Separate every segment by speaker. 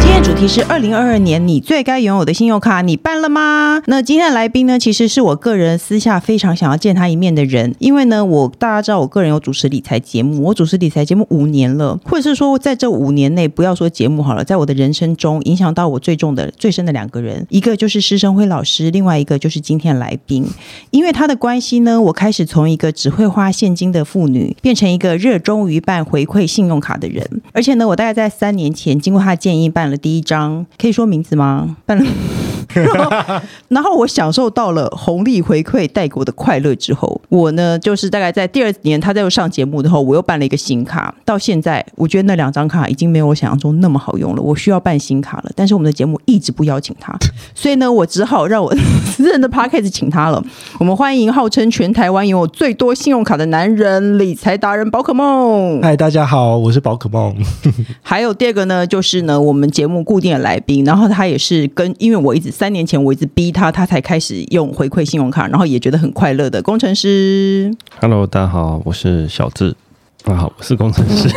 Speaker 1: 今天的主题是二零二二年你最该拥有的信用卡，你办了吗？那今天的来宾呢，其实是我个人私下非常想要见他一面的人，因为呢，我大家知道我个人有主持理财节目，我主持理财节目五年了，或者是说在这五年内，不要说节目好了，在我的人生中影响到我最重的、最深的两个人，一个就是施生辉老师，另外一个就是今天的来宾。因为他的关系呢，我开始从一个只会花现金的妇女，变成一个热衷于办回馈信用卡的人。而且呢，我大概在三年前，经过他的建议办了第一张，可以说名字吗？办了。然后我享受到了红利回馈带给我的快乐之后，我呢就是大概在第二年他再又上节目的后，我又办了一个新卡。到现在，我觉得那两张卡已经没有我想象中那么好用了，我需要办新卡了。但是我们的节目一直不邀请他，所以呢，我只好让我私人的 p a c k a g e 请他了。我们欢迎号称全台湾拥有最多信用卡的男人——理财达人宝可梦。
Speaker 2: 嗨，大家好，我是宝可梦。
Speaker 1: 还有第二个呢，就是呢，我们节目固定的来宾，然后他也是跟，因为我一直三年前我一直逼他，他才开始用回馈信用卡，然后也觉得很快乐的工程师。
Speaker 3: Hello，大家好，我是小智。啊，好，我是工程师。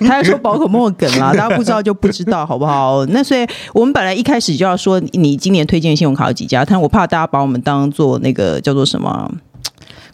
Speaker 1: 他还说宝可梦的梗啦，大家不知道就不知道，好不好？那所以我们本来一开始就要说你今年推荐的信用卡有几家，但我怕大家把我们当做那个叫做什么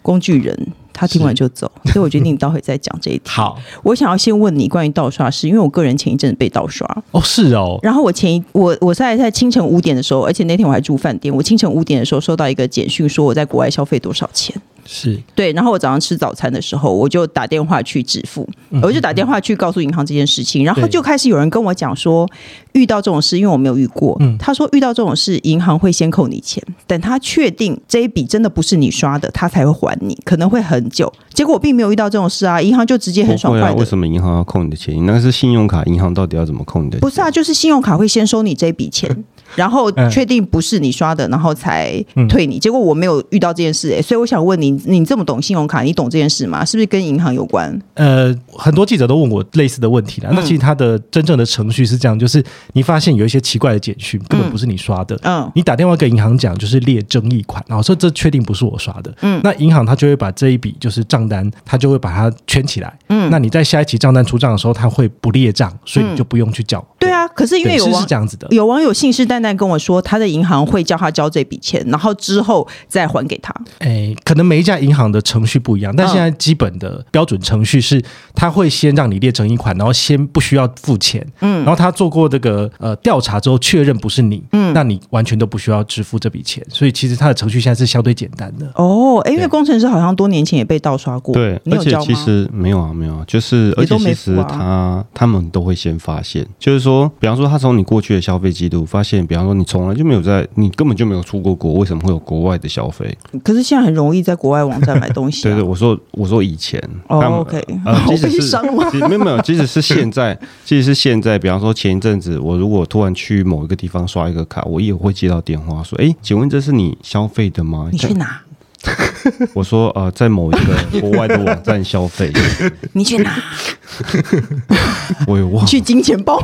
Speaker 1: 工具人。他听完就走，所以我决定待会再讲这一题。
Speaker 2: 好
Speaker 1: 我想要先问你关于盗刷是因为我个人前一阵子被盗刷，
Speaker 2: 哦，是哦，
Speaker 1: 然后我前一我我在在清晨五点的时候，而且那天我还住饭店，我清晨五点的时候收到一个简讯，说我在国外消费多少钱。
Speaker 2: 是
Speaker 1: 对，然后我早上吃早餐的时候，我就打电话去支付，
Speaker 3: 嗯
Speaker 1: 我就打电话去告诉银行这件事情，然后
Speaker 2: 对
Speaker 1: 就开始有人跟我讲说，遇到这种事，因为我没有遇过，
Speaker 3: 嗯
Speaker 1: 他说遇到这种事，银行会先扣你钱，等他确定这一笔真的不是你刷的，他才会还你，可能会很久。结果我并没有遇到这种事啊，银行就直接很
Speaker 3: 不
Speaker 1: 爽
Speaker 3: 会
Speaker 1: 快
Speaker 3: 啊，
Speaker 1: 的
Speaker 3: 为。什么银行要扣你的钱？你那个是信用卡，银行到底要怎么扣你的钱？
Speaker 1: 不是啊，就是信用卡会先收你这笔 钱，然后
Speaker 2: 嗯
Speaker 1: 确定不是你刷的，然后才退你。结果我没有遇到这件事、欸，所以我想问你，你这么懂信用卡，你懂这件事吗？是不是跟银行有关？
Speaker 2: 呃，很多记者都问我类似的问
Speaker 1: 嗯
Speaker 2: 题啦。那其实它的真正的程序是这样，就是你发现有一些奇怪的简讯，根本不是你刷的。
Speaker 1: 嗯，
Speaker 2: 你打电话跟银行讲，就是列争议款，然后说这确定不是我刷的，
Speaker 1: 嗯
Speaker 2: 那银行它就会把这一笔就是账单，它就会把它圈起来，
Speaker 1: 嗯
Speaker 2: 那你在下一期账单出账的时候，它会不列账，所以
Speaker 1: 嗯
Speaker 2: 你就不用去缴。
Speaker 1: 对啊。可是
Speaker 2: 对，
Speaker 1: 因为有
Speaker 2: 是
Speaker 1: 网
Speaker 2: 是这样子的，
Speaker 1: 有网友信誓旦旦跟我说，他的银行会叫他交这笔钱，然后之后再还给他。
Speaker 2: 诶，可能每一家银行的程序不一样，但
Speaker 1: 嗯
Speaker 2: 现在基本的标准程序是，他会先让你列成一款，然后先不需要付钱，
Speaker 1: 嗯
Speaker 2: 然后他做过这个呃调查之后确认不是你，
Speaker 1: 嗯
Speaker 2: 那你完全都不需要支付这笔钱，所以其实它的程序现在是相对简单的。
Speaker 1: 哦，哎、因为
Speaker 2: 对
Speaker 1: 工程师好像多年前也被盗刷过，
Speaker 3: 对，
Speaker 1: 你
Speaker 3: 而
Speaker 1: 有
Speaker 3: 且
Speaker 1: 交
Speaker 3: 其
Speaker 1: 吗？
Speaker 3: 实没有啊，没有啊，就是而
Speaker 1: 也都
Speaker 3: 且
Speaker 1: 没
Speaker 3: 其
Speaker 1: 付
Speaker 3: 实
Speaker 1: 啊
Speaker 3: 他他们都会先发现，就是说，比方说他从你过去的消费记录发现，比方说你从来就没有在，你根本就没有出过国，为什么会有国外的消费？
Speaker 1: 可是现在很容易在国外网站买东西、啊。
Speaker 3: 对对，我说我说以前，
Speaker 1: 哦
Speaker 3: 他们
Speaker 1: ，OK
Speaker 3: 呃，
Speaker 1: 好
Speaker 3: 即使
Speaker 1: 悲
Speaker 3: 是
Speaker 1: 伤哦
Speaker 3: 即没有没有，即使是现在，即使是现在，比方说前一阵子，我如果突然去某一个地方刷一个卡，我也会接到电话说，哎，请问这是你消费的吗？
Speaker 1: 你去哪？
Speaker 3: 我说呃，在某一个国外的网站消费，
Speaker 1: 你去哪？
Speaker 3: 我 也忘了。
Speaker 1: 去金钱豹，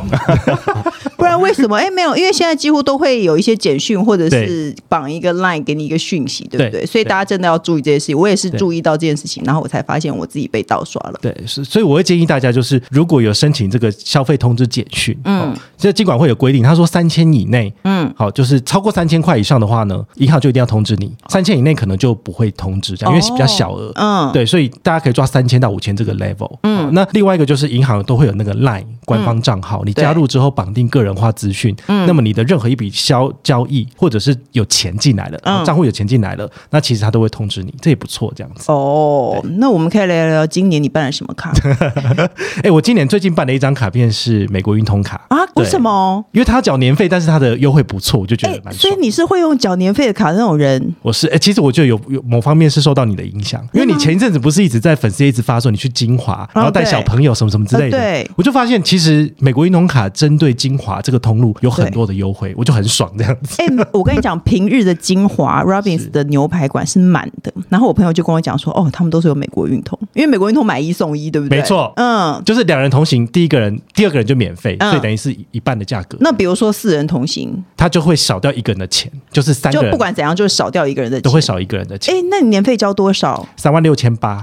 Speaker 1: 不然为什么？哎、没有，因为现在几乎都会有一些简讯或者是绑一个 line 给你一个讯息，对不对？
Speaker 2: 对
Speaker 1: 所以大家真的要注意这件事情。我也是
Speaker 2: 对
Speaker 1: 注意到这件事情，然后我才发现我自己被盗刷了。
Speaker 2: 对，是，所以我会建议大家，就是如果有申请这个消费通知简讯，
Speaker 1: 嗯
Speaker 2: 嗯，这、尽管会有规定，他说三千以内，
Speaker 1: 嗯
Speaker 2: 嗯，好，就是超过三千块以上的话呢，银行就一定要通知你，三千以内可能就不会通知，这样因为是比较小额，
Speaker 1: 嗯，
Speaker 2: 对，所以大家可以抓三千到五千这个 level。嗯，那另外一个就是银行都会有那个 Line 官方账号，你
Speaker 1: 对
Speaker 2: 加入之后绑定个人化资讯，
Speaker 1: 嗯
Speaker 2: 那么你的任何一笔交交易或者是有钱进来了，
Speaker 1: 嗯
Speaker 2: 账户有钱进来了，那其实它都会通知你，这也不错，这样子。
Speaker 1: 哦，那我们可以来聊今年你办了什么 卡嗯
Speaker 2: 哎，我今年最近办的一张卡片是美国运通卡，
Speaker 1: 啊？为什么？
Speaker 2: 因为它要缴年费，但是它的优惠不错，我就觉
Speaker 1: 哎
Speaker 2: 得，蛮
Speaker 1: 所
Speaker 2: 爽
Speaker 1: 以。你是会用缴年费的卡的那种 人？
Speaker 2: 我是哎、其实我就有有某方面是受到你的影响，因为你前一阵子不是一直在粉丝页一直发说你去金华，然后带
Speaker 1: 嗯哦对
Speaker 2: 小朋友什么什么之类的，
Speaker 1: 呃对
Speaker 2: 我就发现其其实美国运通卡针对精华这个通路有很多的优惠，我就很爽这样子。
Speaker 1: 哎、我跟你讲，平日的精 华 Robins 的牛排馆是满的。然后我朋友就跟我讲说，哦，他们都是有美国运通，因为美国运通买一送一，对不对？
Speaker 2: 没错
Speaker 1: 嗯。
Speaker 2: 就是两人同行，第一个人、第二个人就免费，
Speaker 1: 嗯
Speaker 2: 所以等于是一一半的价格，
Speaker 1: 那比如说四人同行，
Speaker 2: 他就会少掉一个人的钱，就是三
Speaker 1: 就
Speaker 2: 个
Speaker 1: 不
Speaker 2: 人
Speaker 1: 管怎样，就是少掉一个人的钱。
Speaker 2: 都会少一个人的钱，
Speaker 1: 哎，那你年费交多 少？
Speaker 2: 三万六千八。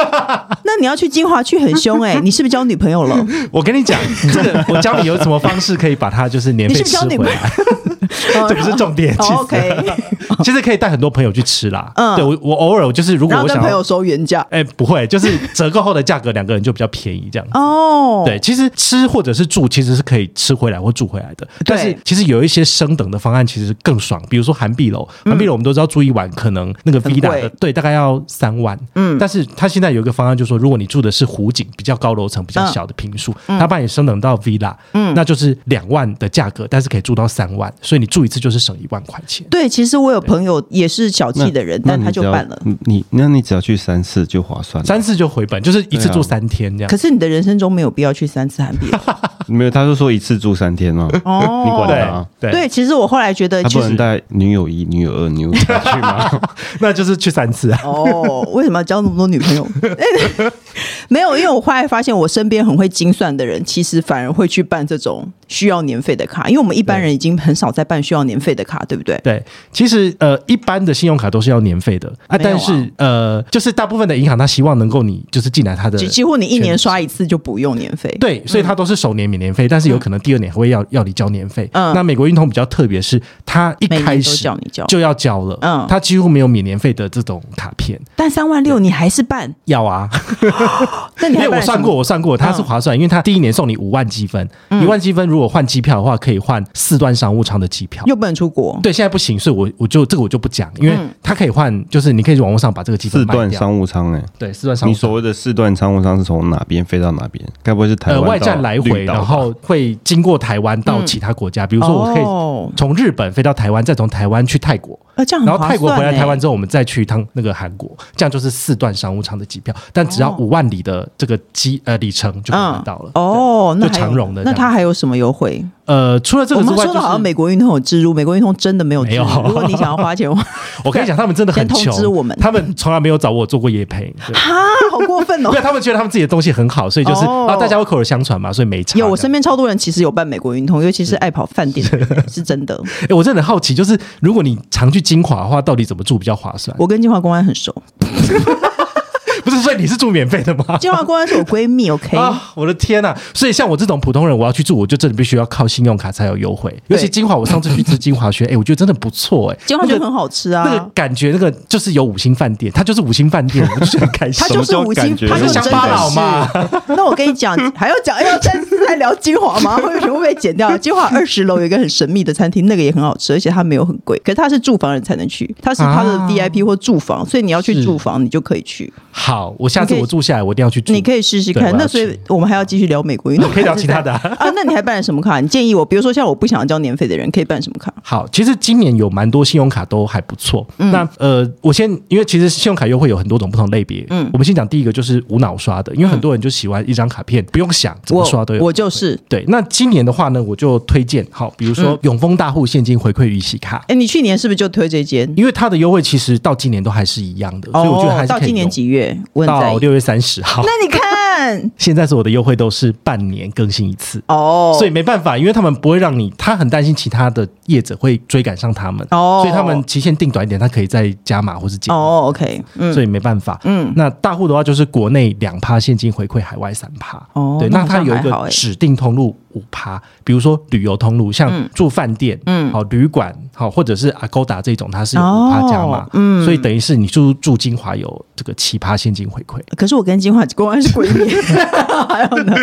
Speaker 1: 那你要去金华区很凶 哎、你是不是交女朋友了？
Speaker 2: 我跟你讲，这个我教你有什么方式可以把它就是年
Speaker 1: 你是
Speaker 2: 费
Speaker 1: 不是
Speaker 2: 吃
Speaker 1: 交女
Speaker 2: 回
Speaker 1: 朋
Speaker 2: 来
Speaker 1: 友。？
Speaker 2: 这不是重点。
Speaker 1: 哦
Speaker 2: 其实、
Speaker 1: OK
Speaker 2: 其实可以带很多朋友去吃啦。
Speaker 1: 嗯
Speaker 2: 对我我偶尔就是如果
Speaker 1: 然后
Speaker 2: 我
Speaker 1: 跟
Speaker 2: 想
Speaker 1: 朋
Speaker 2: 要
Speaker 1: 友，收原价
Speaker 2: 哎、不会，就是折扣后的价格，两个人就比较便宜这样。
Speaker 1: 哦。
Speaker 2: 对，，其实吃或者是住，其实是可以吃回来或住回来的。但是其实有一些升等的方案，其实更爽。比如说韩碧楼，韩碧楼我们都知道住一晚可能那个
Speaker 1: 嗯很
Speaker 2: V 大的
Speaker 1: 贵
Speaker 2: 对，大概要三万。嗯，但是它现在有一个方案，就是说如果你住的是湖景比较高楼层、比较小的平数，
Speaker 1: 嗯
Speaker 2: 它帮你升等到 V 大，嗯，那就是两万的价格，但是可以住到三万，所以你住一次就是省一万块钱。
Speaker 1: 对，其实我有朋友也是小气的人，但他就办了。
Speaker 3: 你你那你只要去三次就划算了。
Speaker 2: 三次就回本，就是一次
Speaker 3: 对啊
Speaker 2: 住三天这样
Speaker 1: 可。是你的人生中没有必要去三次韩 币
Speaker 3: 没有，他就说一次住三天嘛，你
Speaker 1: 哦。
Speaker 3: 管他啊。
Speaker 2: 对
Speaker 1: 对，
Speaker 2: 对，
Speaker 1: 其实我后来觉得，
Speaker 3: 他
Speaker 1: 其
Speaker 3: 不能
Speaker 1: 实
Speaker 3: 带女友一、女友二、女 友三去吗？
Speaker 2: 那就是去三次啊。
Speaker 1: 哦，为什么要交那么多女朋友？ 没有，因为我后来发现，我身边很会精算的人，其实反而会去办这种需要年费的卡，因为我们一般人已经很少在办需要年费的卡，对不对？
Speaker 2: 对，其实呃，一般的信用卡都是要年费的啊，
Speaker 1: 没有啊
Speaker 2: 但是、呃，就是大部分的银行，它希望能够你就是进来它的
Speaker 1: 几几乎你一年
Speaker 2: 全
Speaker 1: 刷一次就不用年费。
Speaker 2: 对，所以
Speaker 1: 嗯
Speaker 2: 它都是首年免年费，但是有可能第二年还会要要你交年费。
Speaker 1: 嗯
Speaker 2: 那美国运通比较特别，是它一
Speaker 1: 每
Speaker 2: 开
Speaker 1: 年都
Speaker 2: 始
Speaker 1: 叫你交，
Speaker 2: 就要交了，
Speaker 1: 嗯
Speaker 2: 它几乎没有免年费的这种卡片。
Speaker 1: 但三万六你还是办，
Speaker 2: 要啊，
Speaker 1: 那你
Speaker 2: 因
Speaker 1: 还
Speaker 2: 为我
Speaker 1: 办
Speaker 2: 算
Speaker 1: 什
Speaker 2: 过，
Speaker 1: 么嗯
Speaker 2: 我算过，它是划算，因为它第一年送你五万积分，一万积分如果换机票的话，可以换四段商务舱的机票。
Speaker 1: 又不能出国，
Speaker 2: 对，现在不行，所以我我就这个我就不讲，因为
Speaker 1: 嗯
Speaker 2: 它可以换，就是你可以网络上把这个积分
Speaker 3: 四
Speaker 2: 卖掉。
Speaker 3: 段商务舱哎，
Speaker 2: 对四段商务
Speaker 3: 你
Speaker 2: 舱
Speaker 3: 所谓的四段商务舱是从哪边飞到哪边？该不会是台
Speaker 2: 呃
Speaker 3: 湾
Speaker 2: 外站
Speaker 3: 到
Speaker 2: 来回，
Speaker 3: 绿岛嗯吧
Speaker 2: 然后会经过台湾到其他国家，比如说我可
Speaker 1: 哦
Speaker 2: 以从日本飞到台湾，再从台湾去泰
Speaker 3: 哦
Speaker 2: 国。
Speaker 1: 呃，这样很
Speaker 2: 然后
Speaker 1: 划
Speaker 2: 泰国
Speaker 1: 算
Speaker 2: 回来
Speaker 1: 欸
Speaker 2: 台湾之后，我们再去一趟那个韩国，这样就是四段商务舱的机
Speaker 3: 哦
Speaker 2: 票，但只要五万里的这个机呃里程就可以拿到了。
Speaker 1: 嗯哦，那
Speaker 2: 对
Speaker 1: 还
Speaker 2: 就
Speaker 1: 有
Speaker 2: 长荣的这
Speaker 1: 那
Speaker 2: 样
Speaker 1: 它还有什么优惠？
Speaker 2: 呃，除了这
Speaker 1: 我
Speaker 2: 个之
Speaker 1: 们
Speaker 2: 外，
Speaker 1: 说
Speaker 2: 就
Speaker 1: 的好像
Speaker 2: 是
Speaker 1: 美国运通有植入，美国运通真的没有植
Speaker 2: 没
Speaker 1: 入
Speaker 2: 有。
Speaker 1: 如果你想要花钱的话，
Speaker 2: 我跟你讲，他们真的很
Speaker 3: 哦
Speaker 1: 先通
Speaker 2: 穷
Speaker 1: 知我们，
Speaker 2: 他们从来没有找我做过夜配。对
Speaker 1: 哈，好过分 哦
Speaker 2: 因为！他们觉得他们自己的东西很好，所以就是
Speaker 1: 哦
Speaker 2: 啊，大家会口耳相传嘛，所以没差。
Speaker 1: 有，我
Speaker 2: 这样
Speaker 1: 身边超多人其实有办美国运通，尤其是爱跑饭店 的人，是真的。
Speaker 2: 哎、我真的很好奇，就是如果你常去金华的话，到底怎么住比较划算？
Speaker 1: 我跟金华公安很 熟，
Speaker 2: 不是，所以你是住免费的吗？
Speaker 1: 金华公安是我闺蜜，OK？
Speaker 2: 啊！我的天呐、所以像我这种普通人，我要去住，我就真的必须要靠信用卡才有优惠。尤其金华，我上次去吃金华 轩，哎、我觉得真的不错、哎，
Speaker 1: 金华
Speaker 2: 那
Speaker 1: 就
Speaker 2: 个
Speaker 1: 很好吃
Speaker 2: 那
Speaker 1: 啊
Speaker 2: 个。感觉，那个就是有五星饭店，它就是五星饭店，我 就觉得很开心
Speaker 1: 他。就是
Speaker 3: 什么
Speaker 1: 五星，
Speaker 3: 叫感觉
Speaker 1: 他就
Speaker 2: 就是
Speaker 1: 真
Speaker 2: 乡
Speaker 1: 的
Speaker 2: 巴佬嘛
Speaker 1: 是。 那我跟你讲，还要讲，哎要再次再聊金华吗？ 会全部被剪掉。金华二十楼有一个很神秘的餐厅，那个也很好吃，而且它没有很贵，可是它是住房人才能去，它是它的
Speaker 2: 啊
Speaker 1: VIP 或住房，所以你要去
Speaker 2: 是
Speaker 1: 住房，你就可以去。
Speaker 2: 好，我下次
Speaker 1: 你可以
Speaker 2: 我住下来，我一定要去住。
Speaker 1: 你可以试试
Speaker 2: 对
Speaker 1: 看。
Speaker 2: 我要
Speaker 1: 那所以
Speaker 2: 去
Speaker 1: 我们还要继续聊美国运动，
Speaker 2: 可以聊其他的啊
Speaker 1: 还是在啊？那你还办了什么卡？你建议我，比如说像我不想交年费的人，可以办什么卡？
Speaker 2: 好，其实今年有蛮多信用卡都还不错。
Speaker 1: 嗯
Speaker 2: 那呃，我先因为其实信用卡优惠有很多种不同类别。嗯，我们先讲第一个就是无脑刷的，因为很多人就喜欢一张卡片不用想怎么刷都有。
Speaker 1: 我就是。
Speaker 2: 对，那今年的话呢，我就推荐好，比如
Speaker 1: 嗯
Speaker 2: 说永丰大户现金回馈预洗卡。
Speaker 1: 哎，你去年是不是就推这间？
Speaker 2: 因为它的优惠其实到今年都还是一样的，所以我觉得还是可
Speaker 1: 哦到
Speaker 2: 以
Speaker 1: 今年
Speaker 2: 用
Speaker 1: 几月？我很在
Speaker 2: 到
Speaker 1: 意。
Speaker 2: 六月三十号。
Speaker 1: 那你看，
Speaker 2: 现在所有的优惠都是半年更新一次，
Speaker 1: 哦，
Speaker 2: 所以没办法，因为他们不会让你，他很担心其他的业者会追赶上他们，
Speaker 1: 哦
Speaker 2: 所以他们期限定短一点，他可以再加码或是减。
Speaker 1: 哦，OK，嗯，
Speaker 2: 所以没办法，
Speaker 1: 嗯
Speaker 2: 嗯，那大户的话就是国内两趴现金回馈，海外三趴，
Speaker 1: 哦
Speaker 2: 对，
Speaker 1: 那
Speaker 2: 那
Speaker 1: 好
Speaker 2: 它
Speaker 1: 像
Speaker 2: 有一
Speaker 1: 还好欸
Speaker 2: 个指定通路五趴，比如说旅游通路，像住饭店，嗯，好旅馆，好或者是 Agoda 这种，它是有五趴加
Speaker 1: 哦
Speaker 2: 码，
Speaker 1: 嗯
Speaker 2: 嗯，所以等于是你住住金华有这个七趴现金回馈
Speaker 1: 可是我跟金华公安是闺蜜，还有呢，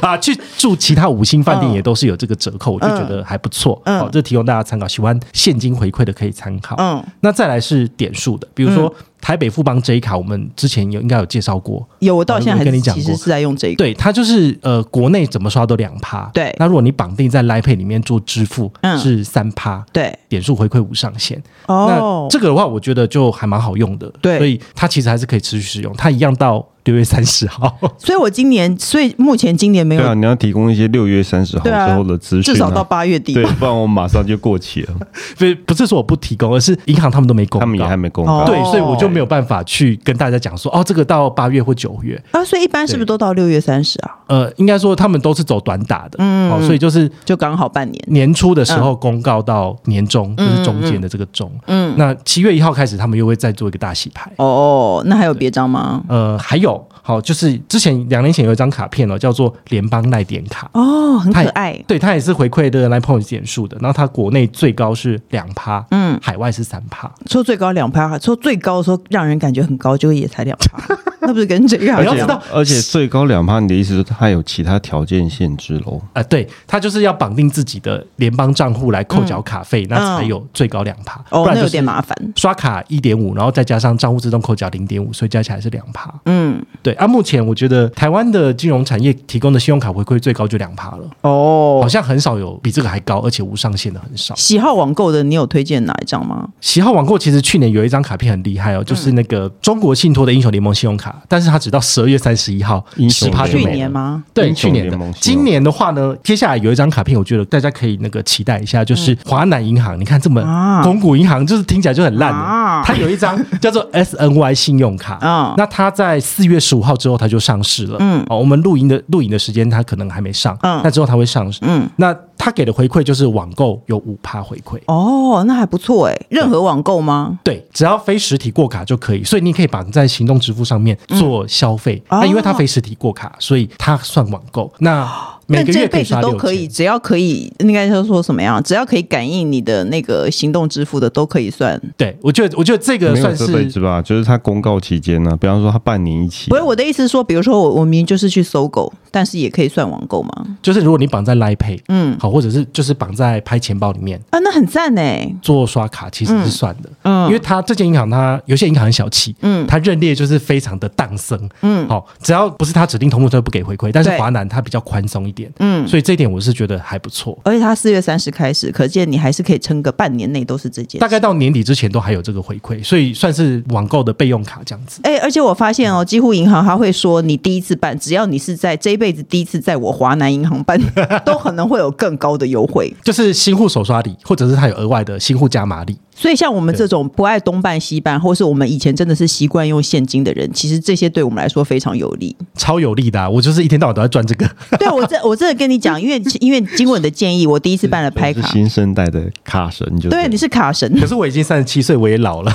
Speaker 2: 啊，去住其他五星饭店
Speaker 1: 嗯
Speaker 2: 也都是有这个折扣，我就觉得还不错，
Speaker 1: 嗯
Speaker 2: 好，这提供大家参考，喜欢现金回馈的可以参考，
Speaker 1: 嗯，
Speaker 2: 那再来是点数的，比如说台北富邦 J 卡，我们之前有应该有介绍过，
Speaker 1: 有我到现在还
Speaker 2: 我跟
Speaker 1: 是
Speaker 2: 你讲
Speaker 1: 其
Speaker 2: 过
Speaker 1: 实是在用这个，
Speaker 2: 对，它就是呃，国内怎么刷都两趴。
Speaker 1: 对
Speaker 2: 那如果你绑定在 Line Pay 里面做支付，
Speaker 1: 嗯
Speaker 2: 是三趴，
Speaker 1: 对，
Speaker 2: 点数回馈无上限。
Speaker 1: 哦
Speaker 2: 那，这个的话，我觉得就还蛮好用的。
Speaker 1: 对
Speaker 2: 所以它其实还是可以持续使用，它一样到六月三十号。
Speaker 1: 所以我今年，所以目前今年没
Speaker 3: 对啊，
Speaker 1: 有，
Speaker 3: 你要提供一些六月三十号
Speaker 1: 对啊
Speaker 3: 之后的资讯、啊，
Speaker 1: 至少到八月底
Speaker 3: 对
Speaker 1: 吧。，
Speaker 3: 不然我马上就过期了。
Speaker 2: 所以不是说我不提供，而是银行他们都没 公告，
Speaker 3: 他们也还没公
Speaker 1: 哦
Speaker 3: 告。
Speaker 2: 对，所以我就没有办法去跟大家讲说，哦，这个到八月或九月，
Speaker 1: 啊，所以一般是不是都到六月三十啊？
Speaker 2: 呃，应该说他们都是走短打的，嗯，哦，所以就是
Speaker 1: 就刚好半年。
Speaker 2: 年初的时候公告到年中，就是中间的这个中，嗯，那七月一号开始，他们又会再做一个大洗牌。
Speaker 1: 哦，那还有别张吗？
Speaker 2: 呃，还有好、就是之前两年前有一张卡片哦，叫做联邦耐点卡，
Speaker 1: 哦，很
Speaker 2: 它
Speaker 1: 可
Speaker 2: 也
Speaker 1: 爱。
Speaker 2: 对，它也是回馈的 Line Point 点数的，然后它国内最高是两趴，嗯，海外是三趴，
Speaker 1: 抽最高两趴，抽最高的时候让人感觉很高，结果也才两 趴，那不是跟这个好
Speaker 2: 你要
Speaker 1: 像
Speaker 2: 知道
Speaker 3: 而且最高两趴，你的意思是它有其他条件限制喽？
Speaker 2: 啊、对，他就是要绑定自己的联邦账户来扣缴卡费，那才有最高两趴、
Speaker 1: 哦
Speaker 2: 不，
Speaker 1: 那
Speaker 2: 然就
Speaker 1: 有
Speaker 2: 是
Speaker 1: 点麻烦。
Speaker 2: 刷卡一点五，然后再加上账户自动扣缴零点五，所以加起来是两趴。
Speaker 1: 嗯，
Speaker 2: 对啊，目前我觉得台湾的金融产业提供的信用卡回馈最高就两趴了，
Speaker 1: 哦
Speaker 2: 好，像很少有比这个还高，而且无上限的很少。
Speaker 1: 喜好网购的，你有推荐哪一张吗？
Speaker 2: 喜好网购其实去年有一张卡片很厉害哦，
Speaker 1: 嗯
Speaker 2: 就是那个中国信托的英雄联盟信用卡，但是它只到十二月三十一号，
Speaker 3: 英
Speaker 2: 十
Speaker 3: 雄
Speaker 2: 趴就
Speaker 1: 去
Speaker 3: 联
Speaker 2: 没
Speaker 3: 盟
Speaker 2: 了
Speaker 1: 年。吗？
Speaker 2: 对，
Speaker 3: 英
Speaker 2: 去
Speaker 3: 雄
Speaker 2: 年
Speaker 3: 联
Speaker 2: 的
Speaker 3: 盟信用，卡
Speaker 2: 今年的话呢，接下来有一张卡片，我觉得大家可以那个期待一下，就是华南银行。你看这么
Speaker 1: 嗯啊
Speaker 2: 公股银行，就是听起来就很烂
Speaker 1: 啊
Speaker 2: 的。它有一张叫做 SNY 信用卡
Speaker 1: 啊，
Speaker 2: 那它在四月十五号之后它就上市了。嗯，哦，我们录音的录影的时间它可能还没上，
Speaker 1: 嗯
Speaker 2: 那之后它会上市。
Speaker 1: 嗯，
Speaker 2: 那它给的回馈就是网购有五趴回馈。
Speaker 1: 哦，那还不错哎。任何网购吗？
Speaker 2: 对，只要非实体过卡就可以，所以你可以绑在行动支付上面做消费。
Speaker 1: 哦
Speaker 2: 那、因为它非实体过卡，所以它算网购。那每
Speaker 1: 但
Speaker 2: 个
Speaker 1: 这
Speaker 2: 月
Speaker 1: 辈子
Speaker 2: 刷
Speaker 1: 都
Speaker 2: 六
Speaker 1: 可以，
Speaker 2: 千。
Speaker 1: 只要可以，应该是说什么样？只要可以感应你的那个行动支付的，都可以算。
Speaker 2: 对，我觉得我觉得这个
Speaker 3: 没有
Speaker 2: 算
Speaker 3: 这辈子
Speaker 2: 是
Speaker 3: 吧，就是它公告期间呢、比方说它半年一期啊
Speaker 1: 不，是我的意思是说，比如说我我明明就是去搜狗，但是也可以算网购吗？
Speaker 2: 就是如果你绑在 Line Pay，
Speaker 1: 嗯
Speaker 2: 好，或者是就是绑在拍钱包里面
Speaker 1: 啊，那很赞哎。
Speaker 2: 做刷卡，其实是算的。
Speaker 1: 嗯
Speaker 2: 因为它这间银行它，有些银行很小气，
Speaker 1: 嗯
Speaker 2: 嗯，它认列就是非常的荡生，
Speaker 1: 嗯
Speaker 2: 嗯，好、只要不是它指定通路，它就不给回馈。但是
Speaker 1: 对
Speaker 2: 华南它比较宽松一点，
Speaker 1: 嗯，
Speaker 2: 所以这一点我是觉得还不错。
Speaker 1: 而且它四月三十开始，可见你还是可以撑个半年内都是这件事。
Speaker 2: 大概到年底之前都还有这个回馈，所以算是网购的备用卡这样子。
Speaker 1: 哎、而且我发现哦，几乎银行它会说，你第一次办，只要你是在这一辈子第一次在我华南银行办，都可能会有更高的优惠。
Speaker 2: 就是新户手刷礼，或者是它有额外的新户加码礼。
Speaker 1: 所以，像我们这种不爱东办西办，或是我们以前真的是习惯用现金的人，其实这些对我们来说非常有利。
Speaker 2: 超有利的、啊，我就是一天到晚都在赚这个。
Speaker 1: 对我这我真的跟你讲，因为因为经过你的建议，我第一次办了拍
Speaker 3: 就是
Speaker 1: 卡。
Speaker 3: 新生代的卡神就
Speaker 1: 对，你是卡神，
Speaker 2: 可是我已经三十七岁，我也老了。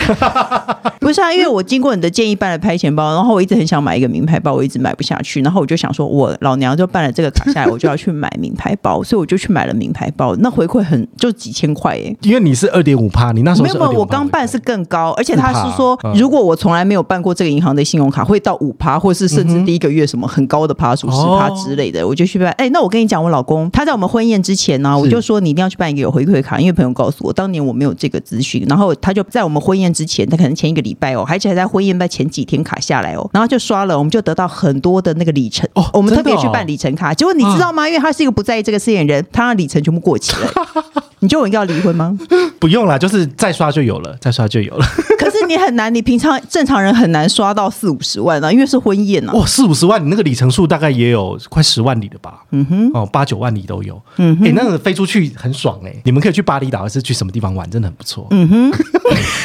Speaker 1: 不是啊？因为我经过你的建议办了拍钱包，然后我一直很想买一个名牌包，我一直买不下去，然后我就想说，我老娘就办了这个卡下来，我就要去买名牌包，所以我就去买了名牌包，那回馈很就几千块耶、
Speaker 2: 因为你是二点五趴，你那时候
Speaker 1: 没
Speaker 2: 是
Speaker 1: 有没有，
Speaker 2: 2.5%
Speaker 1: 我刚办是更高，而且他
Speaker 2: 4%
Speaker 1: 是说，
Speaker 2: 嗯
Speaker 1: 如果我从来没有办过这个银行的信用卡，会到五趴，或是甚至第一个月什么很高的趴数十趴
Speaker 2: 嗯哦
Speaker 1: 之类的，我就去办。哎，那我跟你讲，我老公他在我们婚宴之前呢、我就说你一定要去办一个有回馈卡，因为朋友告诉我，当年我没有这个资讯，然后他就在我们婚宴之前，他可能前一个礼拜哦，而且还在婚宴拜前几天卡下来哦，然后就刷了，我们就得到很多的那个里程。
Speaker 2: 哦
Speaker 1: 我们特
Speaker 2: 真的
Speaker 1: 别
Speaker 2: 哦
Speaker 1: 去办里程卡，结果你知道吗？因为他是一个不在意这个事情的人，他让里程全部过期 了。你觉得我应该要离婚吗？
Speaker 2: 不用啦，就是再刷就有 了，再刷就有了。
Speaker 1: 可是你很难，你平常正常人很难刷到四五十万啊，因为是婚宴啊。
Speaker 2: 哇，四五十万，你那个里程数大概也有快十万里了吧？嗯哼，哦，八九万里都有。嗯哼，哎、那个飞出去很爽哎、你们可以去巴厘岛还是去什么地方玩，真的很不错。嗯，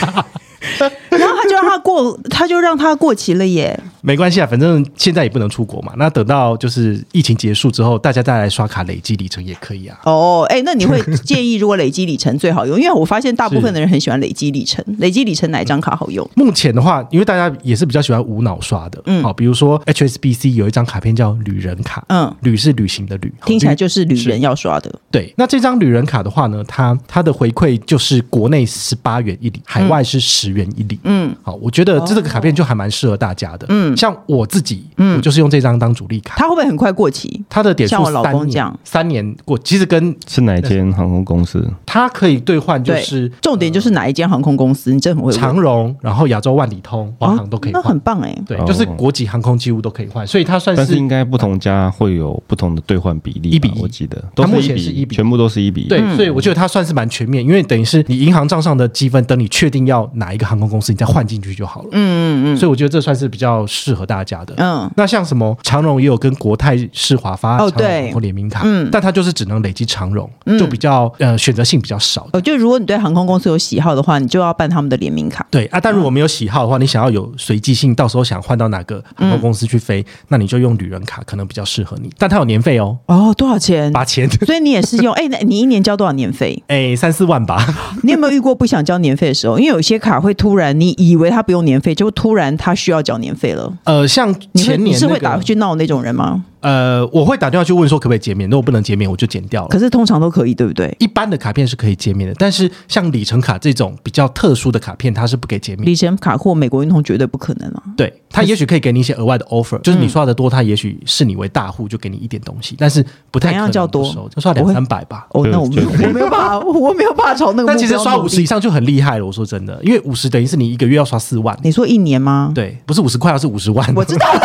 Speaker 1: 然后他就让他过，他就让他过期了耶。
Speaker 2: 没关系啊，反正现在也不能出国嘛。那等到就是疫情结束之后，大家再来刷卡累积里程也可以啊。
Speaker 1: 哦，哎，那你 会建议如果累积里程最好用？因为我发现大部分的人很喜欢累积里程，累积里程哪一张卡好用？
Speaker 2: 目前的话，因为大家也是比较喜欢无脑刷的，嗯，好，比如说 HSBC 有一张卡片叫旅人卡，
Speaker 1: 嗯
Speaker 2: 旅是旅行的旅，哦好
Speaker 1: 听起来
Speaker 2: 旅
Speaker 1: 就是旅人要刷的。
Speaker 2: 对。那这张旅人卡的话呢，它它的回馈就是国内十八元一
Speaker 1: 嗯
Speaker 2: 里，海外是十元一里，嗯，好，我觉得这个卡片就还蛮适合大家
Speaker 1: 哦
Speaker 2: 的，嗯，像我自己，嗯，我就是用这张当主力卡，
Speaker 1: 他会不会很快过期？
Speaker 2: 它的点数
Speaker 1: 像我老公
Speaker 2: 三
Speaker 1: 这样
Speaker 2: 年，三年过，其实跟
Speaker 3: 是哪间航空公司？
Speaker 2: 它可以兑换就
Speaker 1: 对，
Speaker 2: 是
Speaker 1: 重点就是哪一间航空公司，你真的很会问啊
Speaker 2: 长荣，然后亚洲万里通、华航都可以
Speaker 1: 哦那
Speaker 2: 换
Speaker 1: 很。棒哎。
Speaker 2: 对
Speaker 3: 哦，
Speaker 2: 就是国际航空几乎都可以换，所以它算
Speaker 3: 但
Speaker 2: 是
Speaker 3: 是应该不同家会有不同的兑换比例吧，
Speaker 2: 一比一
Speaker 3: 我记得都是
Speaker 2: 它目前是
Speaker 3: 一
Speaker 2: 一
Speaker 3: 比，
Speaker 2: 比一
Speaker 3: 全部都是一比一。
Speaker 2: 对，
Speaker 1: 嗯
Speaker 2: 所以我觉得它算是蛮全面，因为等于是你银行账上的积分，等你确定要哪一个航空公司，你再换进去就好了。嗯嗯嗯。所以我觉得这算是比较适合大家的。
Speaker 1: 嗯
Speaker 2: 那像什么长荣也有跟国泰世华发
Speaker 1: 哦
Speaker 2: 长荣
Speaker 1: 对
Speaker 2: 航空联名卡，
Speaker 1: 嗯
Speaker 2: 但它就是只能累积长荣，就比较呃选择性比较少。
Speaker 1: 哦，就如果你对航空公司有喜好的话，你就要办他们的联名卡。
Speaker 2: 对啊，但如果没有喜好的话，你想要有随机性，到时候想换到哪个航空公司去
Speaker 1: 嗯
Speaker 2: 飞，那你就用旅人卡，可能比较适合你。但它有年费哦，
Speaker 1: 哦，多少钱？
Speaker 2: 八千，
Speaker 1: 所以你也是用哎，那你一年交多少年费？
Speaker 2: 哎，三四万 吧。
Speaker 1: 你有没有遇过不想交年费的时候？因为有些卡会突然，你以为他不用年费，结果突然他需要交年费了。
Speaker 2: 呃，像
Speaker 1: 你会
Speaker 2: 前
Speaker 1: 你
Speaker 2: 年
Speaker 1: 是
Speaker 2: 那
Speaker 1: 会打
Speaker 2: 个，
Speaker 1: 去闹那种人吗？
Speaker 2: 呃，我会打电话去问说可不可以减免，如果不能减免，我就减掉了
Speaker 1: 可。是通常都可以，对不对？
Speaker 2: 一般的卡片是可以减免的，但是像里程卡这种比较特殊的卡片，它是不给减免的。
Speaker 1: 里程卡或美国运通绝对不可嗯能啊！
Speaker 2: 对，它也许可以给你一些额外的 offer，就是你刷的多，它也许视你为大户，就给你一点东西，但是不太
Speaker 1: 怎
Speaker 2: 可
Speaker 1: 样
Speaker 2: 能
Speaker 1: 叫多
Speaker 2: 不收就刷
Speaker 1: 我
Speaker 2: 两
Speaker 1: 会
Speaker 2: 三百吧。
Speaker 1: 哦，
Speaker 3: 对
Speaker 1: 那我没有，
Speaker 3: 绝对
Speaker 1: 我没有办法，我没有办法朝那个目标努力。
Speaker 2: 但其实刷五十以上就很厉害了，我说真的，因为五十等于是你一个月要刷四万，
Speaker 1: 你说一年吗？
Speaker 2: 对，不是五十块，而是五十万。
Speaker 1: 我知道啦。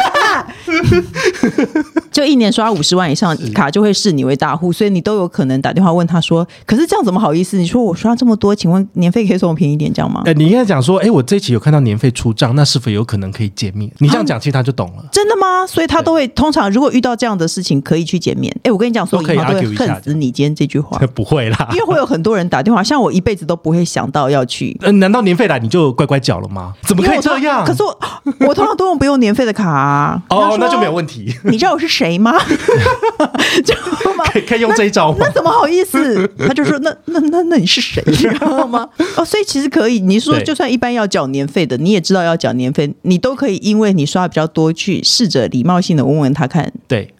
Speaker 1: 就一年刷五十万以上卡，就会视你为大户，所以你都有可能打电话问他说：“可是这样怎么好意思？你说我刷这么多，请问年费可以送我便宜一点，这样吗
Speaker 2: 呃，你应该讲说， 哎，我这一期有看到年费出账，那是否有可能可以减免？你这样讲，其实他就懂了？”。
Speaker 1: 真的吗？所以他都会通常如果遇到这样的事情，可以去减免。哎、我跟你讲，所以
Speaker 2: 都可以
Speaker 1: 银行都
Speaker 2: argue
Speaker 1: 会
Speaker 2: 一下，
Speaker 1: 恨死你今天这句话
Speaker 2: 不会啦
Speaker 1: 因，为会有很多人打电话，像我一辈子都不会想到要去。
Speaker 2: 呃，难道年费来你就乖乖缴了吗？怎么
Speaker 1: 因
Speaker 2: 可
Speaker 1: 为
Speaker 2: 以
Speaker 1: 我
Speaker 2: 这
Speaker 1: 通
Speaker 2: 样？
Speaker 1: 可是我我通常都用不用年费的卡、啊。
Speaker 2: 哦，那就没有
Speaker 1: 问。
Speaker 2: 问题，
Speaker 1: 你知道我是谁吗？ 知道吗？
Speaker 2: 可以可以用这一招吗
Speaker 1: 那怎么好意思？他就说：“那那那那你是 谁？你知道吗？”哦，所以其实可以，你说
Speaker 2: 对
Speaker 1: 就算一般要缴年费的，你也知道要缴年费，你都可以因为你刷的比较多，去试着礼貌性的问问他看。
Speaker 2: 对。